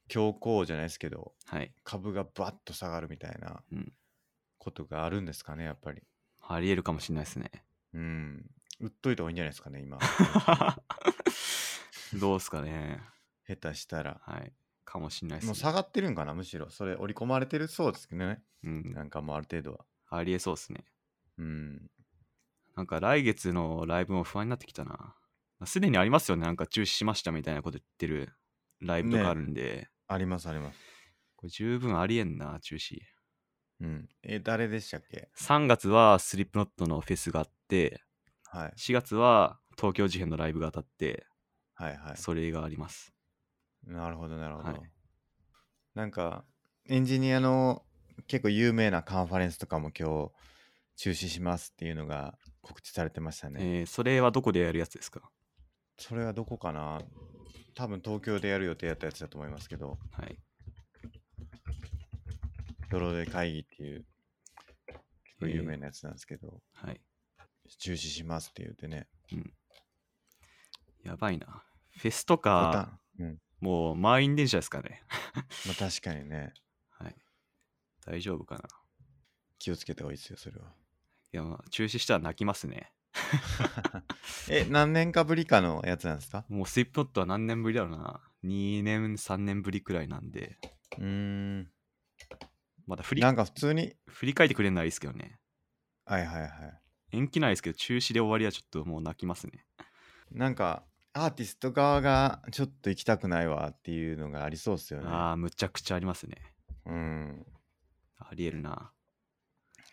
Speaker 1: 強行じゃないですけど
Speaker 2: はい
Speaker 1: 株がバッと下がるみたいな
Speaker 2: うん
Speaker 1: ことがあるんですかねやっぱり
Speaker 2: ありえるかもしれないで すね
Speaker 1: うん売っといた方がいいんじゃないですかね 今
Speaker 2: どうっすかね
Speaker 1: 下手したら
Speaker 2: はいかもしれないで
Speaker 1: もう
Speaker 2: すね
Speaker 1: 下がってるんかなむしろそれ織り込まれてるそうですけどね
Speaker 2: うん
Speaker 1: なんかもうある程度は
Speaker 2: ありえそうですね
Speaker 1: うん
Speaker 2: なんか来月のライブも不安になってきたなすでにありますよねなんか中止しましたみたいなこと言ってるライブとかあるんで、
Speaker 1: ありますあります
Speaker 2: これ十分ありえんな中止
Speaker 1: うんえ誰でしたっけ
Speaker 2: 3月はスリップノットのフェスがあって
Speaker 1: はい
Speaker 2: 4月は東京事変のライブが当たって
Speaker 1: はいはい
Speaker 2: それがあります、
Speaker 1: なるほどなるほど、
Speaker 2: はい
Speaker 1: なんかエンジニアの結構有名なカンファレンスとかも今日中止しますっていうのが告知されてましたね、
Speaker 2: えーそれはどこでやるやつですか
Speaker 1: それはどこかな多分東京でやる予定やったやつだと思いますけど
Speaker 2: はい
Speaker 1: ドで会議っていう結構
Speaker 2: えー
Speaker 1: 有名なやつなんですけど、
Speaker 2: はい
Speaker 1: 中止しますって言ってね
Speaker 2: やばいなフェスと
Speaker 1: ボタ
Speaker 2: か
Speaker 1: ンうん
Speaker 2: もう満員電車ですかね
Speaker 1: まあ、確かにね
Speaker 2: はい大丈夫かない
Speaker 1: 気をつけた方がいいですよそれは
Speaker 2: やまあ中止したら泣きますね
Speaker 1: え何年かぶりかのやつなんですか
Speaker 2: もうスリップノットは何年ぶりだろうな2年3年ぶりくらいなんで
Speaker 1: うーん
Speaker 2: まだ振り
Speaker 1: なんか普通に
Speaker 2: 振り返ってくれるならいいですけどね
Speaker 1: はいはいはい。
Speaker 2: 延期ないですけど、中止で終わりはちょっともう泣きますね。
Speaker 1: なんか、アーティスト側がちょっと行きたくないわっていうのがありそうっすよね。
Speaker 2: ああ、むちゃくちゃありますね。
Speaker 1: うん。
Speaker 2: ありえるな。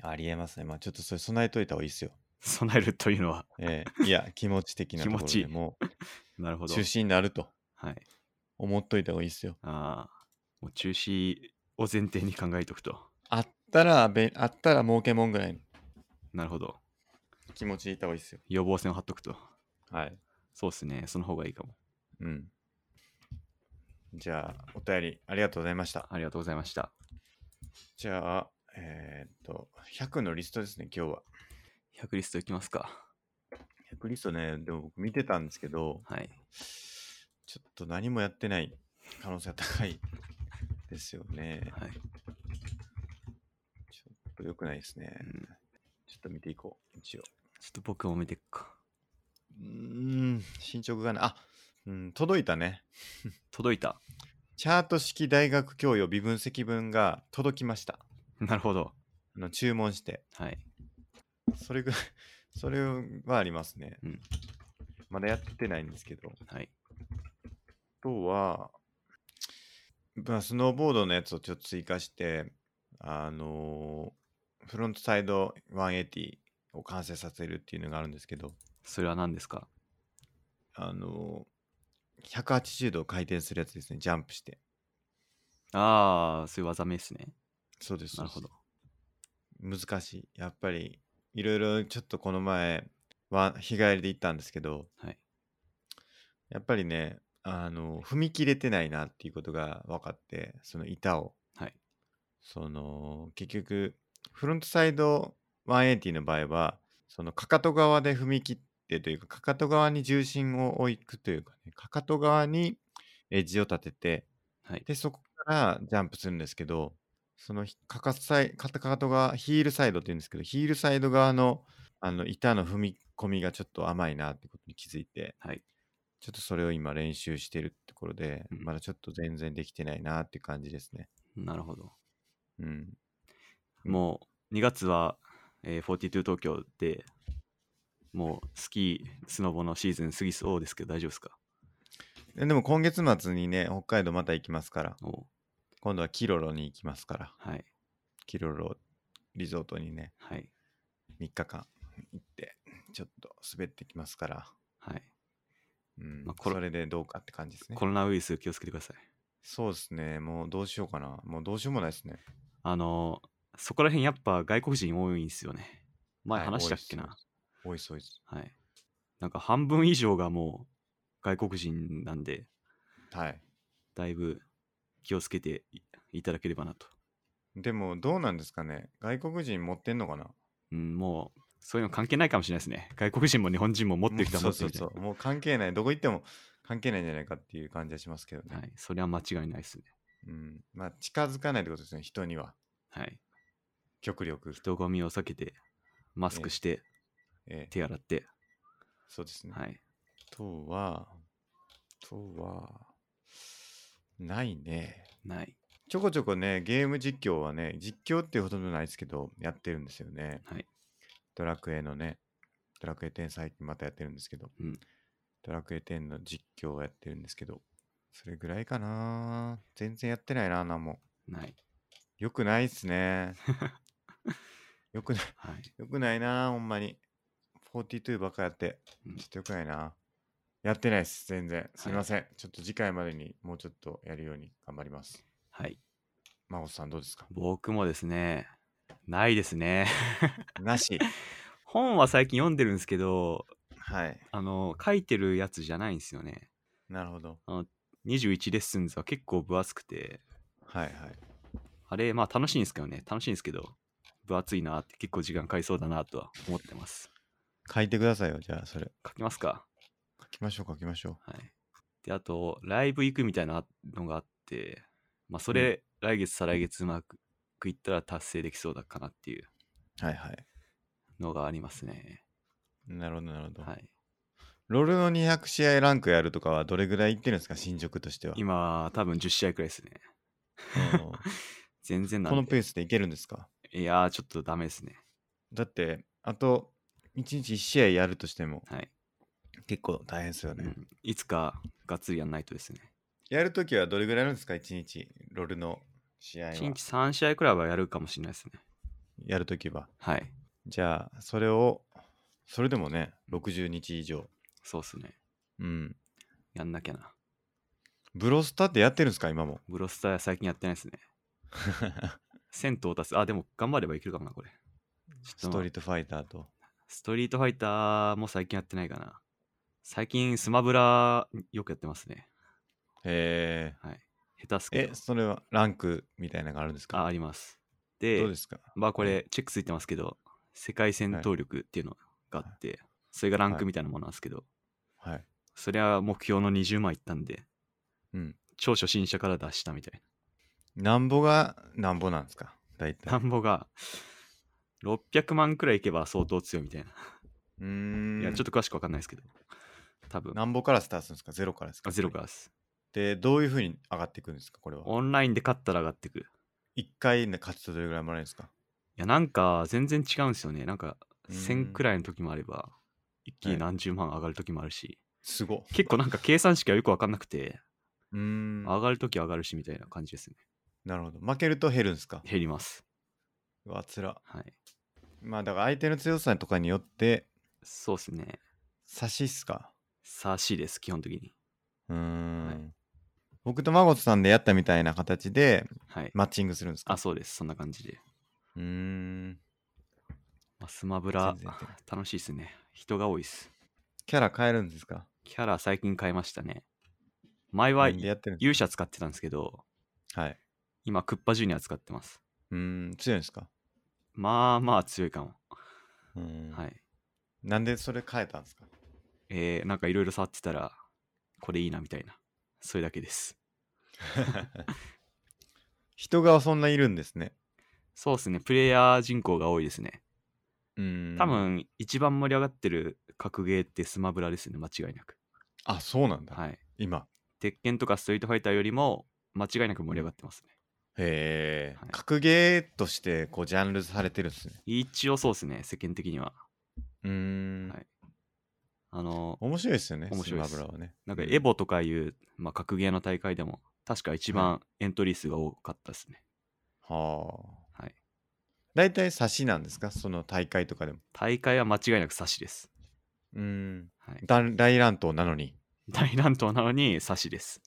Speaker 1: ありえますね。まあちょっとそれ備えといた方がいいっすよ。
Speaker 2: 備えるというのは、
Speaker 1: ええいや、気持ち的なところ
Speaker 2: 気持
Speaker 1: で
Speaker 2: ち
Speaker 1: も
Speaker 2: なるほ
Speaker 1: う
Speaker 2: ど。
Speaker 1: 中止になると
Speaker 2: はい。
Speaker 1: 思っといた方がいいっすよ。
Speaker 2: ああ、もう中止を前提に考えとくと。
Speaker 1: あったらべ、あったら儲けもんぐらいの
Speaker 2: なるほど。
Speaker 1: 気持ちでいた方がいいっすよ。
Speaker 2: 予防線を張っとくと。
Speaker 1: はい。
Speaker 2: そうですね。その方がいいかも。
Speaker 1: うん。じゃあ、お便りありがとうございました。
Speaker 2: ありがとうございました。
Speaker 1: じゃあ、えーっと、100のリストですね、今日は。
Speaker 2: 100リストいきますか。
Speaker 1: 100リストね、でも僕見てたんですけど、
Speaker 2: はい。
Speaker 1: ちょっと何もやってない可能性が高いですよね。
Speaker 2: はい。
Speaker 1: ちょっと良くないですね。
Speaker 2: うん
Speaker 1: ちょっと見ていこう、一応。
Speaker 2: ちょっと僕も見ていくか。
Speaker 1: うーん、進捗がない。あ、うん、届いたね。
Speaker 2: 届いた。
Speaker 1: チャート式大学教養微分積分が届きました。
Speaker 2: なるほど。
Speaker 1: あの注文して。
Speaker 2: はい。
Speaker 1: それぐ らい、それはありますね。
Speaker 2: うん
Speaker 1: まだやってないんですけど。
Speaker 2: はい。
Speaker 1: あとは、まあ、スノーボードのやつをちょっと追加して、あのーフロントサイド180を完成させるっていうのがあるんですけど、
Speaker 2: それは何ですか
Speaker 1: あのー180度回転するやつですね、ジャンプして。
Speaker 2: ああ、そういう技名ですね。
Speaker 1: そうです。
Speaker 2: なるほど。。
Speaker 1: 難しい。やっぱり、いろいろちょっとこの前は、日帰りで行ったんですけど、
Speaker 2: はい。
Speaker 1: やっぱりね、あの、踏み切れてないなっていうことが分かって、その板を。
Speaker 2: はい。
Speaker 1: その、結局、フロントサイド180の場合は、そのかかと側で踏み切ってというか、かかと側に重心を置くというかね、かかと側にエッジを立てて、
Speaker 2: はい。
Speaker 1: で、そこからジャンプするんですけど、そのひかかとサイかかと側、ヒールサイドって言うんですけど、ヒールサイド側のあの板の踏み込みがちょっと甘いなってことに気づいて、
Speaker 2: はい。
Speaker 1: ちょっとそれを今練習してるところで、
Speaker 2: うん
Speaker 1: まだちょっと全然できてないなって感じですね。
Speaker 2: なるほど。
Speaker 1: うん。うん
Speaker 2: もう2月は、えー、42東京でもうスキー、スノボのシーズン過ぎそうですけど大丈夫ですか
Speaker 1: えでも今月末にね、北海道また行きますから、
Speaker 2: おう
Speaker 1: 今度はキロロに行きますから、
Speaker 2: はい。
Speaker 1: キロロリゾートにね、
Speaker 2: はい。
Speaker 1: 3日間行って、ちょっと滑ってきますから、
Speaker 2: はい。
Speaker 1: うん
Speaker 2: まあコロ
Speaker 1: それでどうかって感じですね
Speaker 2: コ。ロナウイルス気をつけてください。
Speaker 1: そうですね、もうどうしようかな。もうどうしようもないですね。
Speaker 2: あのーそこら辺やっぱ外国人多いんですよね。前
Speaker 1: はい
Speaker 2: 話したっけな。は。
Speaker 1: 多いっす多いっす
Speaker 2: い、なんか半分以上がもう外国人なん
Speaker 1: 多い
Speaker 2: で、
Speaker 1: っす。はい。
Speaker 2: だいぶ気をつけていいただければなと。
Speaker 1: でもどうなんですかね外国人持ってんのかな
Speaker 2: うん、もうそういうの関係ないかもしれないですね。外国人も日本人も持ってる人は
Speaker 1: そ
Speaker 2: 持
Speaker 1: う
Speaker 2: って
Speaker 1: そう
Speaker 2: る人。
Speaker 1: そう。もう関係ない。どこ行っても関係ないんじゃないかっていう感じはしますけどね。
Speaker 2: はい、それは間違いないですね。
Speaker 1: うん。まあ、近づかないってことですね、人には。
Speaker 2: はい。
Speaker 1: 極力。
Speaker 2: 人混みを避けて、マスクして、
Speaker 1: ええ、
Speaker 2: 手洗って、
Speaker 1: そうですね。あ
Speaker 2: はい。
Speaker 1: とは、あとは、ないね。
Speaker 2: ない。
Speaker 1: ちょこちょこね、ゲーム実況はね、実況っていうほとんどないですけど、やってるんですよね。
Speaker 2: はい。
Speaker 1: ドラクエのね、ドラクエ10最近またやってるんですけど、
Speaker 2: うん
Speaker 1: ドラクエ10の実況をやってるんですけど、それぐらいかな全然やってないな、なんも。
Speaker 2: ない。
Speaker 1: よくないっすね。よくない、
Speaker 2: はい。
Speaker 1: よくないな、ほんまに。42ばっかやって、
Speaker 2: うん
Speaker 1: ちょっとよくないな。やってないっす、全然。すいません。ちょっと次回までにもうちょっとやるように頑張ります。
Speaker 2: はい。
Speaker 1: 真帆さんどうですか
Speaker 2: 僕もですね、ないですね。
Speaker 1: なし。
Speaker 2: 本は最近読んでるんですけど、
Speaker 1: はい。
Speaker 2: あの、書いてるやつじゃないんですよね。
Speaker 1: なるほど。
Speaker 2: 21レッスンズは結構分厚くて、
Speaker 1: はいはい。
Speaker 2: あれ、まあ楽しいんですけどね、楽しいんですけど、分厚いなって結構時間かかりそうだなとは思ってます。
Speaker 1: 書いてくださいよ、じゃあ、それ。
Speaker 2: 書きますか。
Speaker 1: 書きましょう、書きましょ
Speaker 2: はい。で、あと、ライブ行くみたいなのがあって、まあそれ、来月再来月うまくいったら達成できそうだかなっていう
Speaker 1: う。はいはい。
Speaker 2: のがありますね。
Speaker 1: なるほど、なるほど。
Speaker 2: はい。
Speaker 1: ロールの200試合ランクやるとかはどれぐらいいってるんですか、進捗としては。
Speaker 2: 今、多分10試合くらいですね。
Speaker 1: うんうん
Speaker 2: 全然なん
Speaker 1: こ
Speaker 2: で
Speaker 1: のペースでいけるんですか
Speaker 2: いやー、ちょっとダメですね。
Speaker 1: だって、あと1日1試合やるとしても
Speaker 2: はい、
Speaker 1: 結構大変ですよ
Speaker 2: う
Speaker 1: ね。
Speaker 2: ん。いつかがっつりやんないとですね。
Speaker 1: やるときはどれぐらいあるんですか ?1 日、ロールの試合は
Speaker 2: 1。日3試合くらいはやるかもしれないですね。
Speaker 1: やるときは。
Speaker 2: はい。
Speaker 1: じゃあ、それを、それでもね、60日以上。
Speaker 2: そうっすね。
Speaker 1: うん。
Speaker 2: やんなきゃな。
Speaker 1: ブロスタってやってるんですか今 も。
Speaker 2: ブロスターは最近やってないですね。1000到達。あ、でも頑張ればいけるかもな、これ。
Speaker 1: ストリートファイターと。
Speaker 2: ストリートファイターも最近やってないかな。最近スマブラよくやってますね。
Speaker 1: へー
Speaker 2: はい。下手っすけ
Speaker 1: え
Speaker 2: ど、。
Speaker 1: それはランクみたいなのがあるんです
Speaker 2: あ、
Speaker 1: か
Speaker 2: あります。
Speaker 1: ど
Speaker 2: で
Speaker 1: うで、すか
Speaker 2: まあこれチェックついてますけど、世界戦闘力っていうのがあって、それがランクみたいなものなんですけど、
Speaker 1: はい。
Speaker 2: それは目標の20万いったんで、
Speaker 1: うん。
Speaker 2: 超初心者から出したみたい
Speaker 1: なんぼがなんぼなんですか大体。
Speaker 2: な。田んぼが600万くらいいけば相当強いみたいな。
Speaker 1: うーん。
Speaker 2: いや、ちょっと詳しくわかんないですけど、多分、
Speaker 1: なんぼからスタートするんですかゼロからですか
Speaker 2: あゼロからです。
Speaker 1: で、どういうふうに上がっていくんですかこれは。
Speaker 2: オンラインで勝ったら上がってく。
Speaker 1: 1回の勝つとどれぐらいもらえるんですか
Speaker 2: いや、なんか全然違うんですよね。なんか
Speaker 1: うーん
Speaker 2: 1000くらいの時もあれば、一気
Speaker 1: は
Speaker 2: に
Speaker 1: い
Speaker 2: 何十万上がる時もあるし、
Speaker 1: すごっ。
Speaker 2: 結構なんか計算式はよくわかんなくて、
Speaker 1: うーん。
Speaker 2: 上がる時は上がるしみたいな感じですね。
Speaker 1: なるほど。負けると減るん ですか
Speaker 2: 減ります。
Speaker 1: うわ、つら。
Speaker 2: はい。
Speaker 1: まあ、だから相手の強さとかによって、
Speaker 2: そうですね。
Speaker 1: 差しっすか
Speaker 2: さしいです、基本的に。
Speaker 1: うーん。
Speaker 2: はい
Speaker 1: 僕と孫さんでやったみたいな形で
Speaker 2: はい。
Speaker 1: マッチングするんですか
Speaker 2: あ、そうです。そんな感じで。
Speaker 1: うーん。
Speaker 2: まあ、スマブラ
Speaker 1: 全然やってない、
Speaker 2: 楽しいですね。人が多いです。
Speaker 1: キャラ変えるんですか
Speaker 2: キャラ最近変えましたね。前は
Speaker 1: なんでやってるんで
Speaker 2: 勇者使ってたんですけど、
Speaker 1: すかはい。
Speaker 2: 今クッパジュニア使ってます。
Speaker 1: うーん、強いんですか
Speaker 2: まあまあ強いかも。
Speaker 1: うーん、
Speaker 2: はい。
Speaker 1: なんでそれ変えたんですか
Speaker 2: えー、なんかいろいろ触ってたら、これいいなみたいな。それだけです。
Speaker 1: 人がそんないるんですね。
Speaker 2: そうですね。プレイヤー人口が多いですね。
Speaker 1: うーん。
Speaker 2: 多。分、一番盛り上がってる格ゲーってスマブラですね。間違いなく。
Speaker 1: あ、そうなんだ。
Speaker 2: はい。
Speaker 1: 今。
Speaker 2: 鉄拳とかストリートファイターよりも、間違いなく盛り上がってますね。
Speaker 1: へえ、
Speaker 2: はい
Speaker 1: 格ゲーとしてこうジャンルされてるんですね。
Speaker 2: 一応そうですね。世間的には。
Speaker 1: うーん。
Speaker 2: はいあの、
Speaker 1: 面白いですよね、
Speaker 2: 面白いです
Speaker 1: スマブラはね。
Speaker 2: なんか
Speaker 1: う
Speaker 2: エボとかいう、まあ、格ゲーの大会でも、確か一番エントリー数が多かったですね。
Speaker 1: はあ。
Speaker 2: はい。
Speaker 1: 大体差しなんですかその大会とかでも。
Speaker 2: 大会は間違いなく差しです。
Speaker 1: うーん。
Speaker 2: はい、
Speaker 1: だ大乱闘なのに、
Speaker 2: 大乱闘なのに差しです。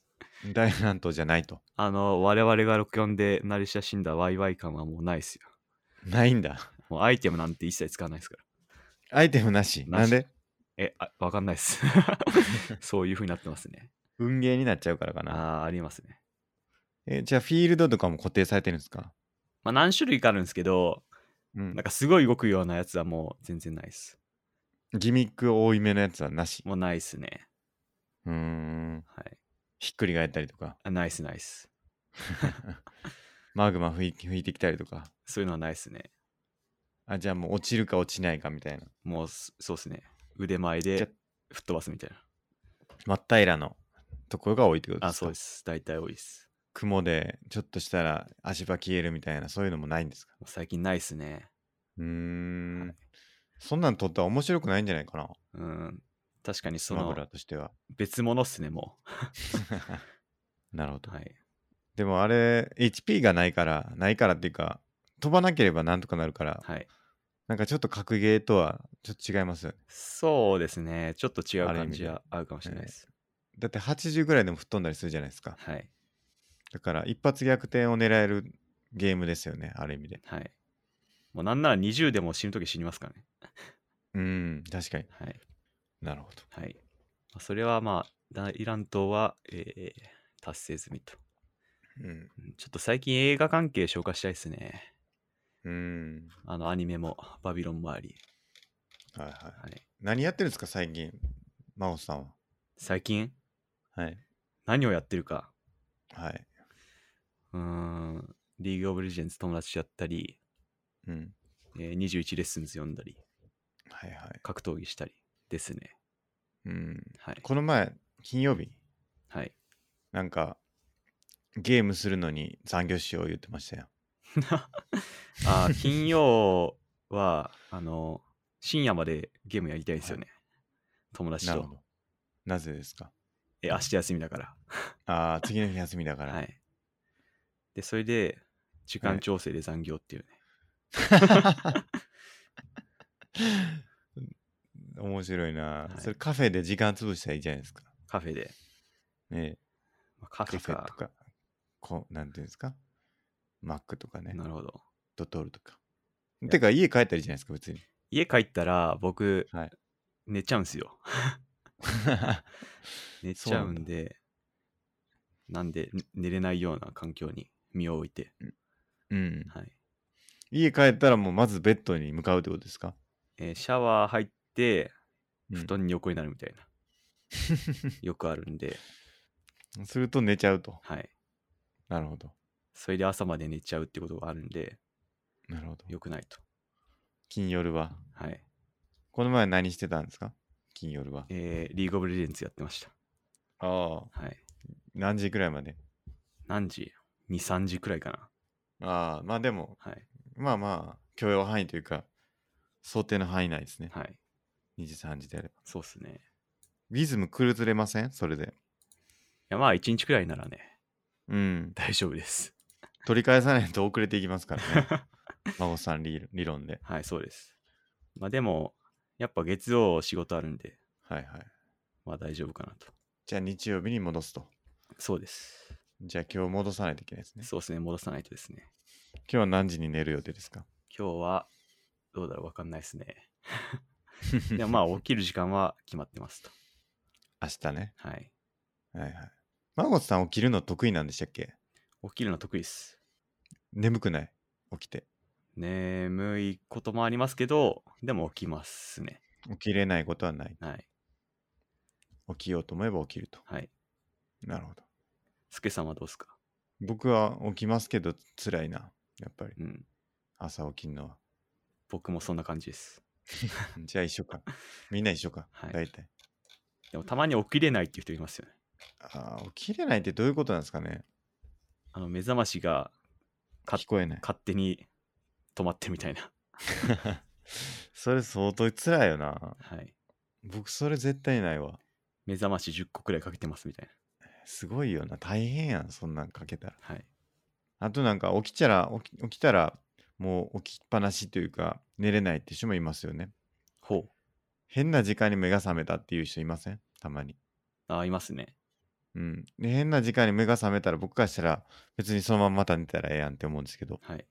Speaker 1: 大乱闘じゃないと。
Speaker 2: あの、我々が64で慣れ親しんだワイワイ感はもうないですよ。
Speaker 1: ない んだ。
Speaker 2: もうアイテムなんて一切使わないですから。
Speaker 1: アイテムなし。
Speaker 2: なし
Speaker 1: なんで
Speaker 2: え、あわかんない です。そういう風になってますね。
Speaker 1: 運ゲーになっちゃうからかな。
Speaker 2: ああー、ありますね。
Speaker 1: えじゃあフィールドとかも固定されてるんですか
Speaker 2: まあ何種類かあるんですけど、
Speaker 1: うん
Speaker 2: なん。かすごい動くようなやつはもう全然ないです。
Speaker 1: ギミック多いめのやつはなし。
Speaker 2: もうないですね。
Speaker 1: うーん。
Speaker 2: はい。
Speaker 1: ひっくり返ったりと か。
Speaker 2: あナイスナイス。
Speaker 1: マグマ吹い吹いてきたりとか。
Speaker 2: そういうのはないですね。
Speaker 1: あ、じゃあもう落ちるか落ちないかみたいな。
Speaker 2: もうそそうですね。腕前
Speaker 1: じゃ
Speaker 2: で吹っ飛ばすみたいな。
Speaker 1: 真っ平らのところが多いってことですか
Speaker 2: あ、そうです。大体多いです。
Speaker 1: 雲でちょっとしたら足場消えるみたいなそういうのもないんですか
Speaker 2: もう最近ないですね。
Speaker 1: うーん、
Speaker 2: はい
Speaker 1: そんなん撮ったら面白くないんじゃないかな
Speaker 2: うん。確かに
Speaker 1: ス
Speaker 2: そ
Speaker 1: マブ
Speaker 2: の
Speaker 1: ラとしては
Speaker 2: 別物っすね、も
Speaker 1: なるほど、
Speaker 2: う。はい。
Speaker 1: でもあれ HP がないからないからっていうか飛ばなければなんとかなるから、
Speaker 2: はい。
Speaker 1: なんかちょっと格ゲーとはちょっと違いますよね
Speaker 2: そうですね。ちょっと違う
Speaker 1: ある意
Speaker 2: 感
Speaker 1: 味
Speaker 2: じ
Speaker 1: で
Speaker 2: は合うかもしれないです。
Speaker 1: だって80ぐらいでも吹っ飛んだりするじゃないですか
Speaker 2: はい。
Speaker 1: だから一発逆転を狙えるゲームですよねある意味で
Speaker 2: はい。もうなんなら20でも死ぬとき死にますからね。
Speaker 1: うん確かに
Speaker 2: はい。
Speaker 1: なるほど
Speaker 2: はい。まあそれはまあ、大乱闘は、えー達成済みと。
Speaker 1: うん
Speaker 2: うんちょっと最近映画関係消化したいですね。
Speaker 1: うん
Speaker 2: あの、アニメも、バビロン周り。
Speaker 1: はいはい
Speaker 2: はい。
Speaker 1: 何やってるんですか最近真央さんは
Speaker 2: 最近、
Speaker 1: はい
Speaker 2: 何をやってるか。
Speaker 1: はい。
Speaker 2: うーん。リーグオブレジェンズ友達とやったり、
Speaker 1: うん。
Speaker 2: えー21レッスンズ読んだり、
Speaker 1: はいはい。
Speaker 2: 格闘技したりですね。
Speaker 1: うん。
Speaker 2: はい。
Speaker 1: この前、金曜日、
Speaker 2: はい。
Speaker 1: なんか、ゲー ムするのに残業しよう言ってましたよ。
Speaker 2: あー金曜は、あの、深夜までゲームやりたいんですよね。友達
Speaker 1: なるほ
Speaker 2: と。
Speaker 1: ど。なぜですか
Speaker 2: え、明日休みだから。
Speaker 1: ああ、次の日休みだから。
Speaker 2: はい。で、それで、時
Speaker 1: は
Speaker 2: 間
Speaker 1: い
Speaker 2: 調整で残業っていうね。
Speaker 1: 面白いな、
Speaker 2: はい
Speaker 1: それカフェで時間潰したらいいじゃないですか。
Speaker 2: カフェで。
Speaker 1: ねえ
Speaker 2: まあカフ
Speaker 1: カ
Speaker 2: ェ
Speaker 1: フェと
Speaker 2: か。
Speaker 1: か、こう、なんていうんですかマックとかね、
Speaker 2: なるほど。
Speaker 1: ドトールとか。てか、家帰ったらいいじゃないですか、別 に。
Speaker 2: 家帰ったら、僕、
Speaker 1: はい。
Speaker 2: 寝ちゃうんですよ。寝ちゃうんで、なんで、ね寝れないような環境に身を置いて。
Speaker 1: うん。
Speaker 2: はい。
Speaker 1: 家帰ったらもうまずベッドに向かうってことですか
Speaker 2: えーシャワー入って、布
Speaker 1: う
Speaker 2: 団に横になるみ たいな。よくあるんで、
Speaker 1: んすると寝ちゃうと。
Speaker 2: はい。
Speaker 1: なるほど。
Speaker 2: それで朝まで寝ちゃうってことがあるんで、
Speaker 1: なるほど。
Speaker 2: よくないと。
Speaker 1: 金夜は。
Speaker 2: はい。
Speaker 1: この前何してたんですか金夜は。
Speaker 2: えーリーグオブレジェンツやってました。
Speaker 1: ああ。
Speaker 2: はい。
Speaker 1: 何時くらいまで
Speaker 2: 何時 ?2、3時くらいかな。
Speaker 1: ああ、まあでも、
Speaker 2: はい。
Speaker 1: まあまあ、許容範囲というか、想定の範囲内ですね。
Speaker 2: はい。
Speaker 1: 2時、3時であれば。
Speaker 2: そうっすね。い
Speaker 1: リズム崩れませんそれで。
Speaker 2: や、まあ、1日くらいならね、
Speaker 1: うん。
Speaker 2: 大丈夫です。
Speaker 1: 取り返さないと遅れていきますからね。 孫さん理理論で。
Speaker 2: はい、そうです。まあ、でも、やっぱ月曜仕事あるんで、
Speaker 1: はいはい。
Speaker 2: まあ大丈夫かなと。
Speaker 1: じゃあ日曜日に戻すと。
Speaker 2: そうです。
Speaker 1: じゃあ今日戻さないといけないですね。
Speaker 2: そうですね、戻さないとですね。
Speaker 1: 今日は何時に寝る予定ですか
Speaker 2: 今日は、どうだろう、わかんないですね。でもまあ、起きる時間は決まってますと。
Speaker 1: 明日ね。
Speaker 2: はい。
Speaker 1: はいはい。孫さん起きるの得意なんでしたっけ
Speaker 2: 起きるの得意です。
Speaker 1: 眠くない起きて。
Speaker 2: 眠いこともありますけど、でも起きますね。
Speaker 1: 起きれないことはない。
Speaker 2: はい。
Speaker 1: 起きようと思えば起きると。
Speaker 2: はい。
Speaker 1: なるほど。
Speaker 2: すけさんはどうですか
Speaker 1: 僕は起きますけど辛いな。やっぱり
Speaker 2: うん。
Speaker 1: 朝起きるのは。
Speaker 2: 僕もそんな感じです。
Speaker 1: じゃあ一緒か。みんな一緒か。
Speaker 2: はい
Speaker 1: 大体。
Speaker 2: でもたまに起きれないっていう人いますよね。
Speaker 1: あー起きれないってどういうことなんですかね
Speaker 2: あの、目覚ましがか
Speaker 1: 聞こえない。
Speaker 2: 勝手に止まってるみたいな。
Speaker 1: それ相当辛いよな。
Speaker 2: はい。
Speaker 1: 僕それ絶対ないわ。
Speaker 2: 目覚まし10個くらいかけてますみたい
Speaker 1: すごいよな。大変やん。そんなんかけたら。
Speaker 2: な。はい。
Speaker 1: あとなんか起きたら、起き起きたらもう起きっぱなしというか寝れないって人もいますよね。
Speaker 2: ほう。
Speaker 1: 変な時間に目が覚めたっていう人いませんたまに。
Speaker 2: あ、いますね。
Speaker 1: うん。で変な時間に目が覚めたら僕からしたら別にそのまままた寝たらええやんって思うんですけど。
Speaker 2: はい。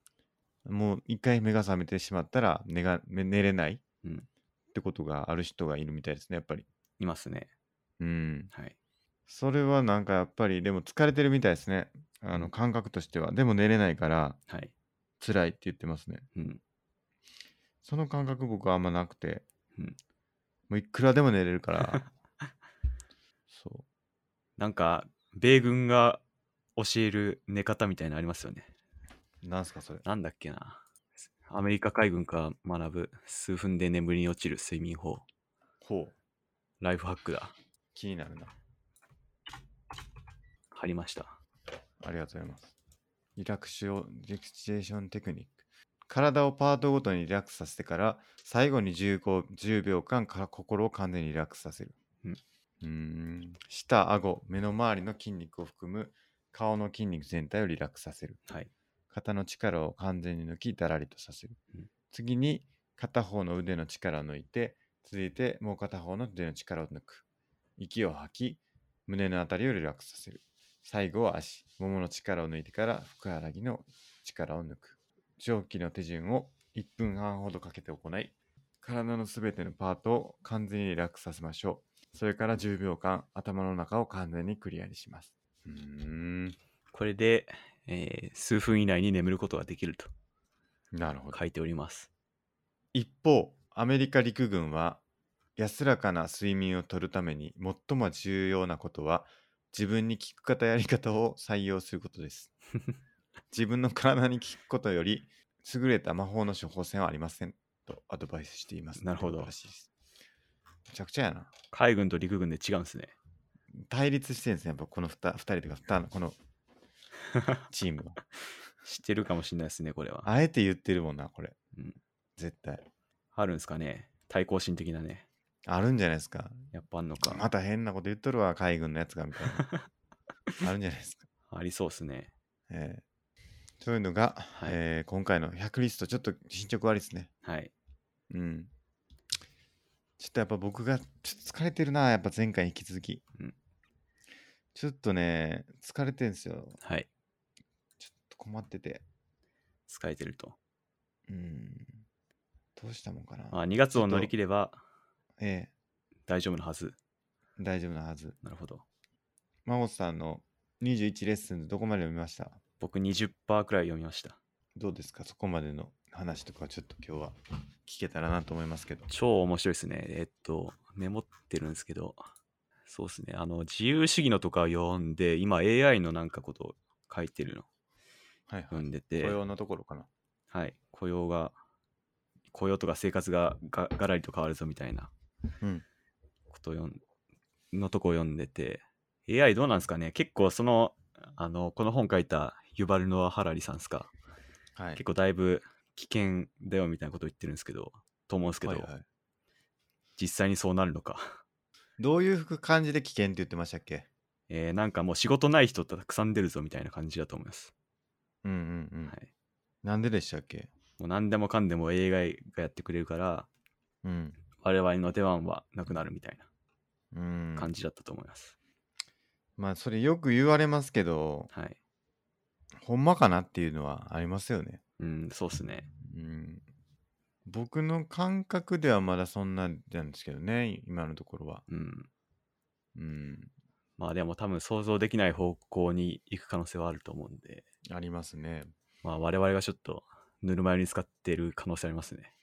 Speaker 1: もう一回目が覚めてしまったら寝が寝寝れない、
Speaker 2: うん
Speaker 1: ってことがある人がいるみたいですね、やっぱり。
Speaker 2: いますね。
Speaker 1: うん。
Speaker 2: はい。
Speaker 1: それはなんかやっぱり、でも疲れてるみたいですね。あ
Speaker 2: う
Speaker 1: の
Speaker 2: ん
Speaker 1: 感覚としては。でも寝れないから
Speaker 2: はい。
Speaker 1: 辛いって言ってますね。
Speaker 2: うん。
Speaker 1: その感覚僕はあんまなくて。
Speaker 2: うん
Speaker 1: もういくらでも寝れる から。そ
Speaker 2: なんか、米軍が教える寝方みたいなのありますよね。
Speaker 1: う。なんすか、それ。
Speaker 2: なんだっけな。アメリカ海軍から学ぶ数分で眠りに落ちる睡眠法。
Speaker 1: ほう。
Speaker 2: ライフハックだ。
Speaker 1: 気になるな。
Speaker 2: 貼りました。
Speaker 1: ありがとうございます。リラクション、リラクシエーションテクニック。体をパートごとにリラックスさせてから、最後に15 10秒間から心を完全にリラックスさせる。
Speaker 2: うん
Speaker 1: うーん舌、顎、目の周りの筋肉を含む顔の筋肉全体をリラックスさせる。
Speaker 2: はい。
Speaker 1: 肩の力を完全に抜き、だらりとさせる。
Speaker 2: うん
Speaker 1: 次に、片方の腕の力を抜いて、続いて、もう片方の腕の力を抜く。息を吐き、胸のあたりをリラックスさせる。最後は足、ももの力を抜いてから、ふくはらぎの力を抜く。上記の手順を1分半ほどかけて行い、体のすべてのパートを完全にリラックスさせましょう。それから10秒間、頭の中を完全にクリアにします。うーん、
Speaker 2: これで、えー数分以内に眠ることができると
Speaker 1: なるほど。
Speaker 2: 書いております。
Speaker 1: 一方アメリカ陸軍は安らかな睡眠をとるために最も重要なことは自分に効く方やり方を採用することです 自分の体に効くことより優れた魔法の処方箋はありませんとアドバイスしています
Speaker 2: なるほど
Speaker 1: ということらしいですめちゃくちゃやな
Speaker 2: 海軍と陸軍で違うんですね。
Speaker 1: 対立してるんですねやっぱこの 2, 二人とか二こ のチームは
Speaker 2: 知ってるかもしれないですね、これは。
Speaker 1: あえて言ってるもんなこれ、
Speaker 2: うん
Speaker 1: 絶対。
Speaker 2: あるんですかね対抗心的なね。
Speaker 1: あるんじゃないですか。
Speaker 2: やっぱあんのか。
Speaker 1: また変なこと言っとるわ、海軍のやつがみたい な。あるんじゃないですか。
Speaker 2: ありそうっすね。
Speaker 1: ええそういうのが、
Speaker 2: い
Speaker 1: ええ今回の100リスト、ちょっと進捗悪いですね。
Speaker 2: はい。
Speaker 1: うん。ちょっとやっぱ僕がちょっと疲れてるな、やっぱ前回に引き続き。
Speaker 2: うん
Speaker 1: ちょっとね、疲れてるんですよ。
Speaker 2: はい。
Speaker 1: ちょっと困ってて。
Speaker 2: 疲れてると。
Speaker 1: うん。どうしたもんかな。
Speaker 2: まあ、2月を乗り切れば
Speaker 1: え
Speaker 2: 大丈夫のはず。
Speaker 1: え大丈夫なはず。
Speaker 2: なるほど。
Speaker 1: 真帆さんの21レッスンどこまで読みました
Speaker 2: 僕20%くらい読みました。
Speaker 1: どうですかそこまでの話とかちょっと今日は聞けたらなと思いますけど。
Speaker 2: 超面白いですね。えっと、メモってるんですけど、そうですね。あの、自由主義のとかを読んで、今 AI のなんかことを書いてるの
Speaker 1: はいはい。
Speaker 2: 読んで
Speaker 1: 雇
Speaker 2: て、
Speaker 1: 用のところかな。
Speaker 2: はい。雇用が、雇用とか生活がががらりと変わるぞみたいな
Speaker 1: うん。
Speaker 2: ことを読んのとこを読んでて、AI どうなんですかね結構その、あの、この本書いたユバルノア・ハラリさんですか
Speaker 1: はい。
Speaker 2: 結構だいぶ危険だよみたいなことを言ってるんですけど、と思うんですけど、
Speaker 1: はいはい
Speaker 2: 実際にそうなるのか。
Speaker 1: どういう感じで危険って言ってましたっけ
Speaker 2: えーなんかもう仕事ない人たくさん出るぞみたいな感じだと思います。
Speaker 1: うんうんうん。
Speaker 2: はい、
Speaker 1: なんででしたっけ
Speaker 2: もう何でもかんでも AI がやってくれるから、
Speaker 1: うん。
Speaker 2: 我々の出番はなくなるみたい
Speaker 1: うん
Speaker 2: な。感じだったと思います。
Speaker 1: まあそれよく言われますけど、
Speaker 2: はい。
Speaker 1: ほんまかなっていうのはありますよね。
Speaker 2: うん、そうっすね。
Speaker 1: うん。僕の感覚ではまだそんなんなんですけどね、今のところは。
Speaker 2: うん。
Speaker 1: うん。
Speaker 2: まあでも多分想像できない方向に行く可能性はあると思うんで、
Speaker 1: ありますね。
Speaker 2: まあ我々がちょっとぬるま湯に使ってる可能性ありますね。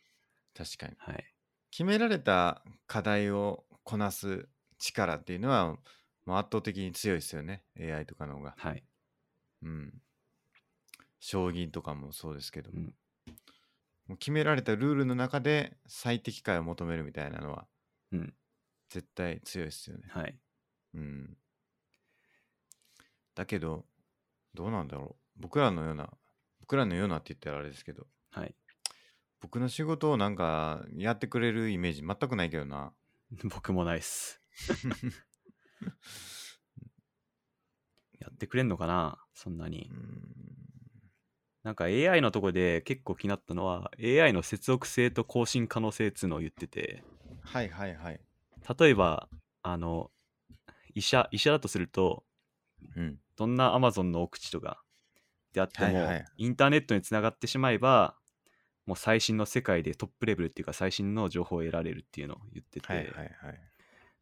Speaker 1: 確かに。
Speaker 2: はい。
Speaker 1: 決められた課題をこなす力っていうのはもう圧倒的に強いですよね AI とかの方が、
Speaker 2: はい。
Speaker 1: うん、将棋とかもそうですけど、
Speaker 2: うん
Speaker 1: もう決められたルールの中で最適解を求めるみたいなのは
Speaker 2: うん。
Speaker 1: 絶対強いですよね、
Speaker 2: はい。
Speaker 1: うん、だけどどうなんだろう僕らのような僕らのようなって言ったらあれですけど
Speaker 2: はい。
Speaker 1: 僕の仕事をなんかやってくれるイメージ全くないけどな
Speaker 2: 僕もないっ す。やってくれんのかなそんなに
Speaker 1: う。ん
Speaker 2: なんか AI のとこで結構気になったのは AI の接続性と更新可能性っつうのを言ってて
Speaker 1: はいはいはい。
Speaker 2: 例えばあの医者医者だとすると
Speaker 1: うん。
Speaker 2: どんな Amazon の奥地とかであっても、
Speaker 1: はいはい
Speaker 2: インターネットにつながってしまえばもう最新の世界でトップレベルっていうか最新の情報を得られるっていうのを言ってて、
Speaker 1: はいはいはい。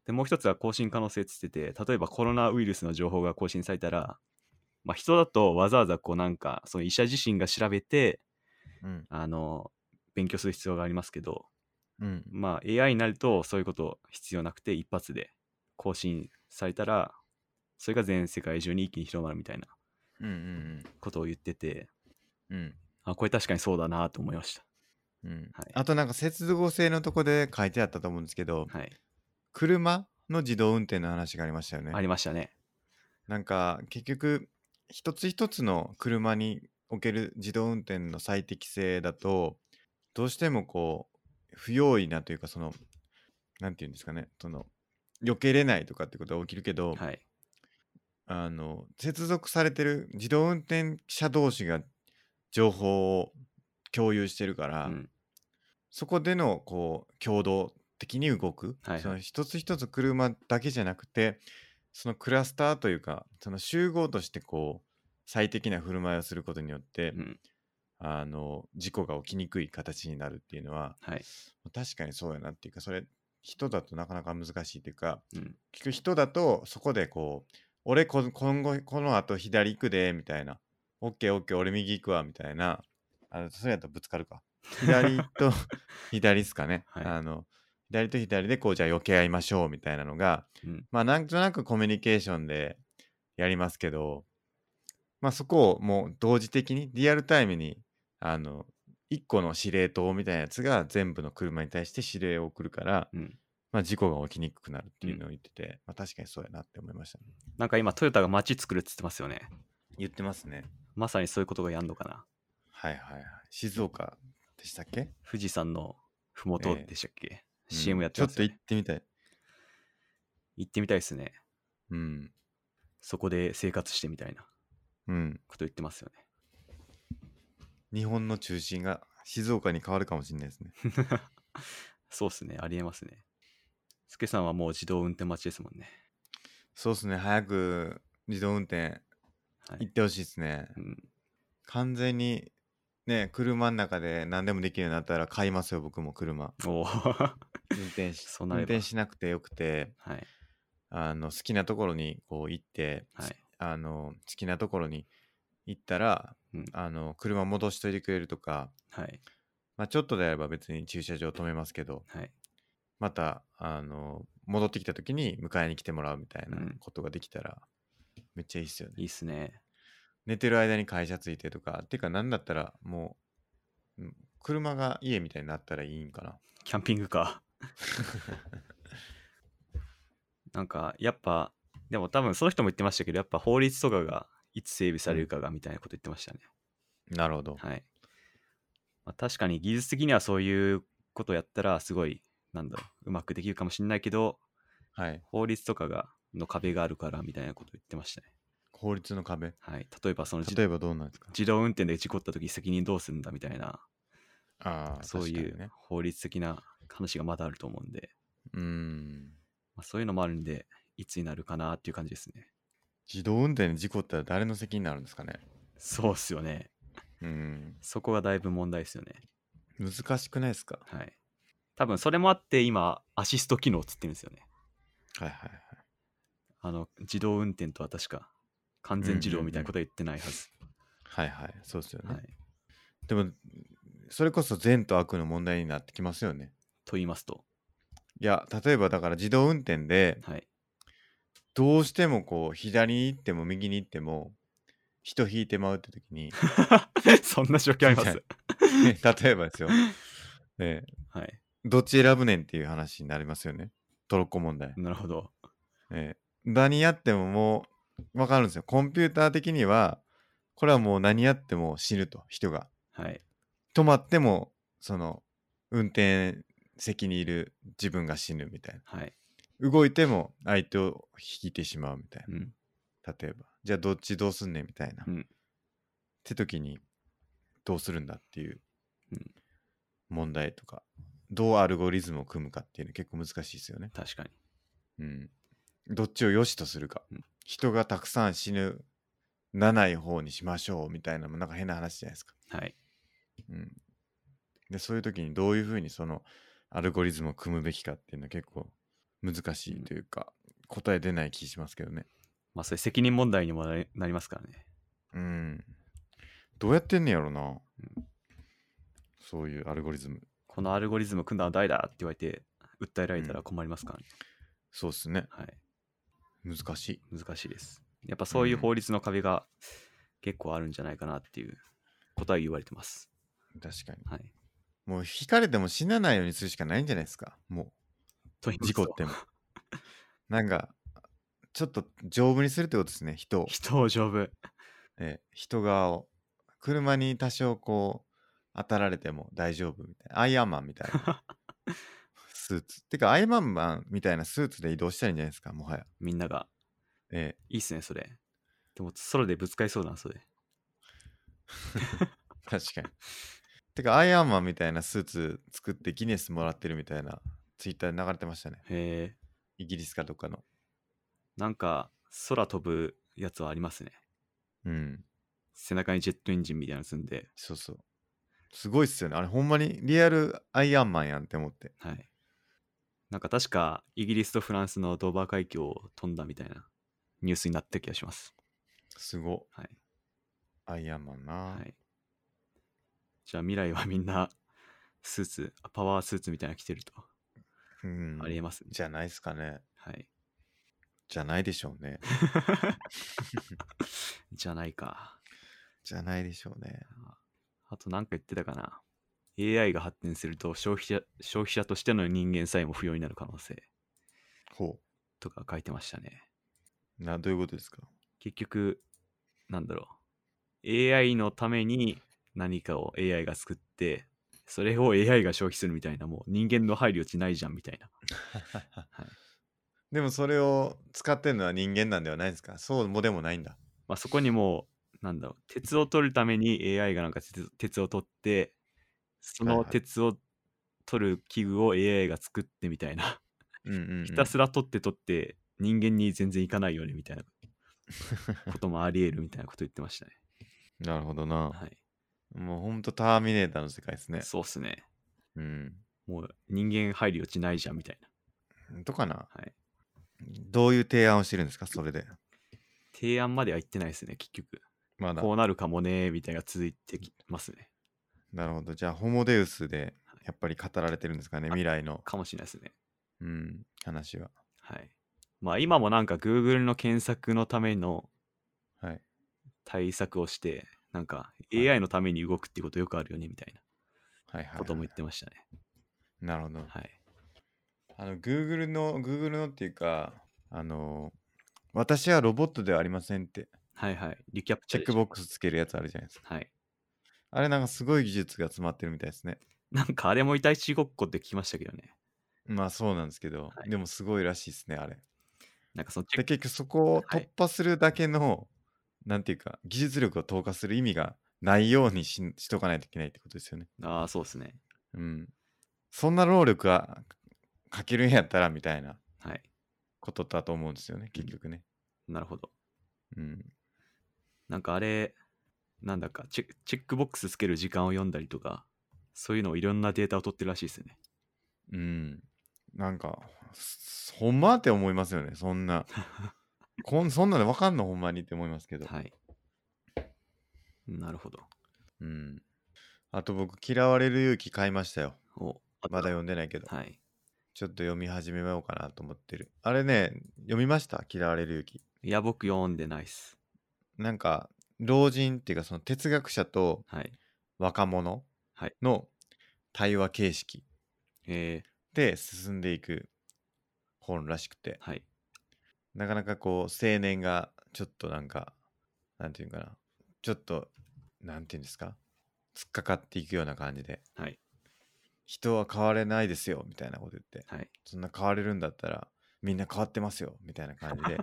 Speaker 2: でもう一つは更新可能性っつってて例えばコロナウイルスの情報が更新されたら、まあ、人だとわざわざこうなんかその医者自身が調べて
Speaker 1: うん。
Speaker 2: あの勉強する必要がありますけど、
Speaker 1: うん。
Speaker 2: まあ、AI になるとそういうこと必要なくて一発で更新されたらそれが全世界中に一気に広まるみたいな
Speaker 1: うんうん
Speaker 2: ことを言ってて
Speaker 1: うん。うん。
Speaker 2: あこれ確かにそうだなと思いまし
Speaker 1: うん
Speaker 2: はい
Speaker 1: あとなんか接続性のとこで書いてあったと思うんですけど、
Speaker 2: た、はい、
Speaker 1: 車の自動運転の話がありましたよね
Speaker 2: あ。りましたね
Speaker 1: なんか結局一つ一つの車における自動運転の最適性だとどうしてもこう不用意なというかそのなんていうんですかねその避けれないとかってことが起きるけど、
Speaker 2: はい
Speaker 1: あの接続されてる自動運転者同士が情報を共有してるから、
Speaker 2: うん
Speaker 1: そこでのこう共同的に動く、
Speaker 2: はいはい
Speaker 1: その一つ一つ車だけじゃなくてそのクラスターというかその集合としてこう最適な振る舞いをすることによって、
Speaker 2: うん
Speaker 1: あの事故が起きにくい形になるっていうのは
Speaker 2: はい
Speaker 1: 確かにそうやなっていうかそれ人だとなかなか難しいというか
Speaker 2: うん
Speaker 1: 聞く人だとそこでこう俺こ今後この後左行くでみたいなオッケーオッケー俺右行くわみたいなあのそれやったらぶつかるか左 と左っすかね、
Speaker 2: はい
Speaker 1: あの左と左でこうじゃあ避け合いましょうみたいなのが
Speaker 2: うん
Speaker 1: まあなんとなくコミュニケーションでやりますけどまあそこをもう同時的にリアルタイムにあの1個の司令塔みたいなやつが全部の車に対して指令を送るから、
Speaker 2: うん
Speaker 1: まあ、事故が起きにくくなるっていうのを言ってて、まあ、確かにそうやなって思いましたね。
Speaker 2: なんか今トヨタが街作るっつってますよね
Speaker 1: 言ってますね。
Speaker 2: まさにそういうことがやんのかな
Speaker 1: はいはいはい。静岡ででしたっけ
Speaker 2: 富士山のふもとでしたっけ、CM やって
Speaker 1: うん
Speaker 2: ま
Speaker 1: ちょっ
Speaker 2: す
Speaker 1: と
Speaker 2: よね、
Speaker 1: 行ってみたい。
Speaker 2: 行ってみたいですね。
Speaker 1: うん。
Speaker 2: そこで生活してみたいな
Speaker 1: うん。
Speaker 2: こと言ってますよね。
Speaker 1: 日本の中心が静岡に変わるかもしれないですね。
Speaker 2: そうっすね、ありえますね。スケさんはもう自動運転待ちですもんね。
Speaker 1: そうですね。早く自動運転
Speaker 2: はい
Speaker 1: 行ってほしいですね。
Speaker 2: うん、
Speaker 1: 完全にね、車の中で何でもできるようになったら買いますよ、僕も車。
Speaker 2: おお、 は
Speaker 1: 運転し
Speaker 2: そう
Speaker 1: 運
Speaker 2: なれば
Speaker 1: 転しなくてよくて、
Speaker 2: い、
Speaker 1: あの好きなところにこう行って、
Speaker 2: はい。
Speaker 1: あの好きなところに行ったら、
Speaker 2: うん
Speaker 1: あの車戻しといてくれるとか、
Speaker 2: はい、
Speaker 1: まあ、ちょっとであれば別に駐車場止めますけど
Speaker 2: はい。
Speaker 1: またあの戻ってきた時に迎えに来てもらうみたいな
Speaker 2: うん
Speaker 1: ことができたら、めっちゃいいっすよね
Speaker 2: いいっすね。
Speaker 1: 寝てる間に会社着いてとかてか何だったらもううん車が家みたいになったらいいんかな
Speaker 2: キャンピングカー。なんか、やっぱ、でも多分その人も言ってましたけど、やっぱ法律とかがいつ整備されるかがみたいなこと言ってましたね。
Speaker 1: なるほど、
Speaker 2: はい。まあ、確かに技術的にはそういうことをやったら、すごい、なんだろう、うまくできるかもしれないけど、
Speaker 1: はい、
Speaker 2: 法律とかがの壁があるからみたいなこと言ってましたね。
Speaker 1: 法律の壁
Speaker 2: はい、例えばその自
Speaker 1: 例えばどうなんですか
Speaker 2: 自動運転で事故った時責任どうするんだみたいな
Speaker 1: ああ
Speaker 2: そう
Speaker 1: 確
Speaker 2: い
Speaker 1: かに
Speaker 2: う
Speaker 1: ね
Speaker 2: 法律的な話がまだあると思うんで、
Speaker 1: うん
Speaker 2: まあ、そういうのもあるんでいつになるかなっていう感じですね。
Speaker 1: 自動運転で事故ったら誰の責任になるんですかね
Speaker 2: そうっすよね。
Speaker 1: うん
Speaker 2: そこがだいぶ問題ですよね。
Speaker 1: 難しくないですか
Speaker 2: はい。多分それもあって今アシスト機能つってるんですよね。
Speaker 1: はいはいはい
Speaker 2: あの自動運転とは確か完全自動みたいなことは言ってないはず。
Speaker 1: はいはいそうですよね、
Speaker 2: はい。
Speaker 1: でもそれこそ善と悪の問題になってきますよね
Speaker 2: と言いますと、
Speaker 1: いや例えばだから自動運転で
Speaker 2: はい。
Speaker 1: どうしてもこう左に行っても右に行っても人引いてまうって時に
Speaker 2: そんな状況あります。
Speaker 1: ね例えばですよ、ね、
Speaker 2: はい。
Speaker 1: どっち選ぶねんっていう話になりますよねトロッコ問題、
Speaker 2: なるほど。
Speaker 1: ええ何やってももう分かるんですよコンピューター的にはこれはもう何やっても死ぬと人が
Speaker 2: はい。
Speaker 1: 止まってもその運転席にいる自分が死ぬみたい
Speaker 2: はい。
Speaker 1: な動いても相手を引いてしまうみたい
Speaker 2: うん。
Speaker 1: な例えばじゃあどっちどうすんねんみたいな、
Speaker 2: うん
Speaker 1: って時にどうするんだっていう
Speaker 2: うん
Speaker 1: 問題とかどうアルゴリズムを組むかっていうの結構難しいですよね、
Speaker 2: 確かに。
Speaker 1: うん、どっちを良しとするか、
Speaker 2: うん
Speaker 1: 人がたくさん死ぬなない方にしましょうみたいなのもなんか変な話じゃないですか
Speaker 2: はい。
Speaker 1: うん、でそういう時にどういうふうにそのアルゴリズムを組むべきかっていうのは結構難しいというか、答え出ない気しますけどね。
Speaker 2: まあ、それ責任問題にもなりなりますからね。
Speaker 1: うん、どうやってんねやろな、
Speaker 2: う
Speaker 1: そういうアルゴリズム。
Speaker 2: このアルゴリズム組んだのは誰だって言われて、訴えられたら困りますからね。
Speaker 1: そうっすね難しい。
Speaker 2: はい。難しいです。やっぱそういう法律の壁が結構あるんじゃないかなっていうことは言われてます。
Speaker 1: 確かに。
Speaker 2: はい。
Speaker 1: もう引かれても死なないようにするしかないんじゃないですかも
Speaker 2: と言いうます
Speaker 1: 事
Speaker 2: と
Speaker 1: 故っても。なんかちょっと丈夫にするってことですね人を。
Speaker 2: 人を丈夫。
Speaker 1: ええ人側を車に多少こう当たられても大丈夫みたいなアイアンマンみたいなスーツてかアイアンマンみたいなスーツで移動したらいいんじゃないですかもはや、
Speaker 2: みんなが。
Speaker 1: ええ
Speaker 2: いいっすね、それ。でも、空でぶつかりそうだな、それ。
Speaker 1: 確かにてかアイアンマンみたいなスーツ作ってギネスもらってるみたいなツイッターで流れてましたね
Speaker 2: へえ。
Speaker 1: イギリスかどっかの
Speaker 2: なんか、空飛ぶやつはありますね。
Speaker 1: うん
Speaker 2: 背中にジェットエンジンみたいなの積んで。
Speaker 1: そうそうすごいっすよねあれほんまにリアルアイアンマンやんって思って
Speaker 2: はい。なんか確かイギリスとフランスのドーバー海峡を飛んだみたいなニュースになった気がします。
Speaker 1: すご
Speaker 2: はい。
Speaker 1: アイアンマンな、
Speaker 2: はい、じゃあ未来はみんなスーツ、あパワースーツみたいなの着てると
Speaker 1: うん
Speaker 2: ありえますね。
Speaker 1: じゃないっすかね
Speaker 2: はい。
Speaker 1: じゃないでしょうね
Speaker 2: じゃないか。
Speaker 1: じゃないでしょうね
Speaker 2: ああとなんか言ってたかな。AI が発展すると消費者消費者としての人間さえも不要になる可能性
Speaker 1: ほ
Speaker 2: とか書いてましたね。
Speaker 1: う。な、どういうことですか
Speaker 2: 結局、なんだろう。AI のために何かを AI が作って、それを AI が消費するみたいな、もう人間の配慮値ないじゃんみたいな。
Speaker 1: でもそれを使ってるのは人間なんではないですかそうもでもないんだ。
Speaker 2: まあ、そこにもう、なんだろう、鉄を取るために AI がなんか鉄鉄を取って、そ
Speaker 1: はい
Speaker 2: の
Speaker 1: はい
Speaker 2: 鉄を取る器具を AI が作ってみたいな。
Speaker 1: うんうん、うん。
Speaker 2: ひたすら取って取って、人間に全然いかないよねみたいなこともあり得るみたいなこと言って ましたね。
Speaker 1: なるほどな。
Speaker 2: はい。
Speaker 1: もうほんとターミネーターの世界ですね。
Speaker 2: そうっすね。
Speaker 1: うん。
Speaker 2: もう人間配慮値ないじゃんみたいな。
Speaker 1: とかな。
Speaker 2: はい。
Speaker 1: どういう提案をしてるんですかそれで。
Speaker 2: 提案までは言ってないですね、結局。
Speaker 1: まだ。
Speaker 2: こうなるかもね、みたいなのが続いてきますね。
Speaker 1: なるほど。じゃあ、ホモデウスでやっぱり語られてるんですかね未来の、
Speaker 2: かもしれないですね。
Speaker 1: うん、話は。
Speaker 2: はい。まあ今もなんか Google の検索のための
Speaker 1: はい。
Speaker 2: 対策をして、なんか
Speaker 1: はい
Speaker 2: AI のために動くってことよくあるよねみたい
Speaker 1: はいはい、
Speaker 2: なことも言ってましたね。
Speaker 1: なるほど。
Speaker 2: はい。
Speaker 1: あの、Google の、Google のっていうか、あの、私はロボットではありませんって、
Speaker 2: はいはい。リキャプ
Speaker 1: チ
Speaker 2: チャ
Speaker 1: ェック
Speaker 2: でしょ
Speaker 1: ボックスつけるやつあるじゃないですか。
Speaker 2: はい。
Speaker 1: あれなんかすごい技術が詰まってるみたいですね。
Speaker 2: なんかあれもいたいちごっこって聞きましたけどね。
Speaker 1: まあそうなんですけど、
Speaker 2: はい
Speaker 1: でもすごいらしいですね、あれ。
Speaker 2: なんかそのチェ
Speaker 1: で
Speaker 2: ック
Speaker 1: 結局そこを
Speaker 2: は
Speaker 1: 突
Speaker 2: い
Speaker 1: 破するだけの、なんていうか、技術力を投下する意味がないようにししとかないといけないってことですよね。
Speaker 2: ああ、そうですね。
Speaker 1: うん。そんな労力がかけるんやったらみたいな
Speaker 2: はい。
Speaker 1: ことだと思うんですよね、結局ね。
Speaker 2: なるほど。
Speaker 1: うん。
Speaker 2: なんかあれ、なんだかチェチェックボックスつける時間を読んだりとか、そういうのをいろんなデータを取ってるらしいですよね。
Speaker 1: うん。なんか、すほんまって思いますよね、そん な。こんそんなのわかんのほんまにって思いますけど。
Speaker 2: はい。なるほど。
Speaker 1: うん。あと僕、嫌われる勇気買いましたよ。
Speaker 2: お
Speaker 1: まだ読んでないけど。
Speaker 2: はい。
Speaker 1: ちょっと読み始めようかなと思ってる。あれね、読みました嫌われる勇気。
Speaker 2: いや、僕読んでないっす。
Speaker 1: なんか、老人っていうか、その哲学者と
Speaker 2: はい。
Speaker 1: 若者
Speaker 2: はい
Speaker 1: の対話形式
Speaker 2: え
Speaker 1: で進んでいく本らしくて、
Speaker 2: ー、はい。
Speaker 1: なかなかこう、青年がちょっとなんか、なんていうんかな、ちょっと、なんていうんですか、突っかかっていくような感じで、
Speaker 2: はい。
Speaker 1: 人は変われないですよ、みたいなこと言って、
Speaker 2: はい。
Speaker 1: そんな変われるんだったら、みんな変わってますよ、みたいな感じで、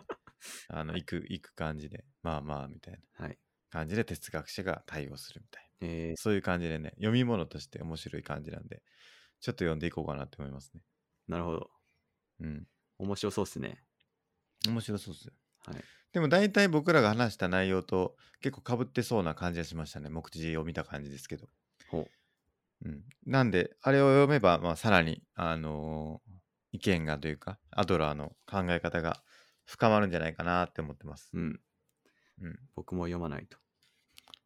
Speaker 1: あの、行く、行く感じで、まあまあ、みたいな
Speaker 2: はい。
Speaker 1: 感じで哲学者が対応するみたい
Speaker 2: え
Speaker 1: な。そういう感じでね、読み物として面白い感じなんで、ちょっと読んでいこうかなって思いますね。
Speaker 2: ー、なるほど。
Speaker 1: うん。
Speaker 2: 面白そうっすね。
Speaker 1: 面白そうですよ。
Speaker 2: はい。
Speaker 1: でも大体僕らが話した内容と結構被ってそうな感じがしましたね。目次を見た感じですけど。
Speaker 2: ほ
Speaker 1: うん、なんで、あれを読めば、まあ、さらに、あのー意見がというか、アドラーの考え方が深まるんじゃないかなって思ってます。
Speaker 2: う。うん。
Speaker 1: うん。
Speaker 2: 僕も読まないと。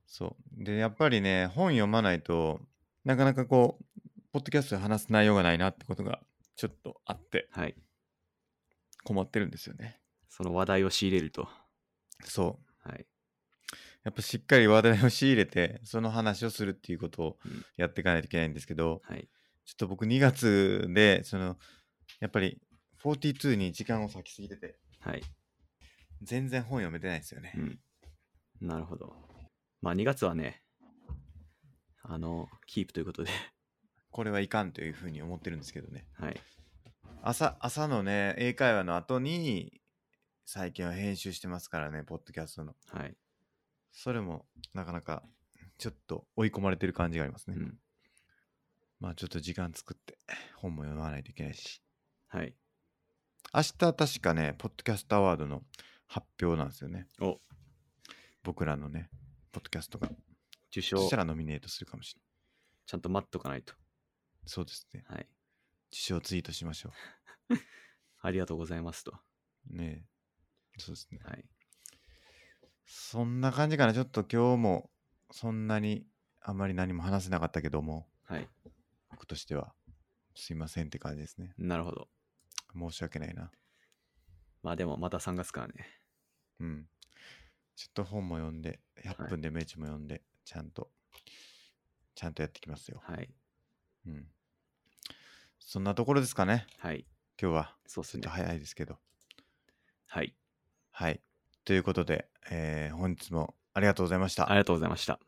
Speaker 1: そう。で、やっぱりね、本読まないとなかなかこう、ポッドキャストで話す内容がないなってことがちょっとあって
Speaker 2: はい。
Speaker 1: 困ってるんですよね。
Speaker 2: その話題を仕入れると。
Speaker 1: そう。
Speaker 2: はい。
Speaker 1: やっぱしっかり話題を仕入れて、その話をするっていうことを
Speaker 2: うん
Speaker 1: やっていかないといけないんですけど、
Speaker 2: はい。
Speaker 1: ちょっと僕2月で、その、やっぱり42に時間を割きすぎてて、
Speaker 2: はい。
Speaker 1: 全然本読めてないんですよね
Speaker 2: う。ん。なるほど。まあ、2月はね、あの、キープということで。
Speaker 1: これはいかんというふうに思ってるんですけどね。
Speaker 2: はい。
Speaker 1: 朝、朝のね、英会話の後に、最近は編集してますからね、ポッドキャストの。
Speaker 2: はい。
Speaker 1: それも、なかなか、ちょっと追い込まれてる感じがあります
Speaker 2: う
Speaker 1: ね。
Speaker 2: ん。
Speaker 1: まあちょっと時間作って、本も読まないといけないし。
Speaker 2: はい。
Speaker 1: 明日確かね、ポッドキャストアワードの発表なんですよね。
Speaker 2: お
Speaker 1: 僕らのね、ポッドキャストが。
Speaker 2: 受賞
Speaker 1: そ、したらノミネートするかもしれない。
Speaker 2: ちゃんと待っとかないと。
Speaker 1: そうですね。
Speaker 2: はい。
Speaker 1: 受賞ツイートしましょ
Speaker 2: ありがとうございますと。
Speaker 1: う。ねえ。そうですね。
Speaker 2: はい。
Speaker 1: そんな感じかな。ちょっと今日も、そんなに、あんまり何も話せなかったけども、
Speaker 2: はい。
Speaker 1: 僕としては、すいませんって感じですね。
Speaker 2: なるほど。
Speaker 1: 申し訳ないな。
Speaker 2: まあでもまた3月からね。
Speaker 1: うん。ちょっと本も読んで、
Speaker 2: は
Speaker 1: 100
Speaker 2: い
Speaker 1: 分で明治も読んで、ちゃんと、ちゃんとやってきますよ。
Speaker 2: はい。
Speaker 1: うん。そんなところですかね、
Speaker 2: はい。
Speaker 1: 今日は。
Speaker 2: そうっす
Speaker 1: ちょっ
Speaker 2: ね
Speaker 1: と。早いですけど。
Speaker 2: はい。
Speaker 1: はい。ということで、えー本日もありがとうございました。
Speaker 2: ありがとうございました。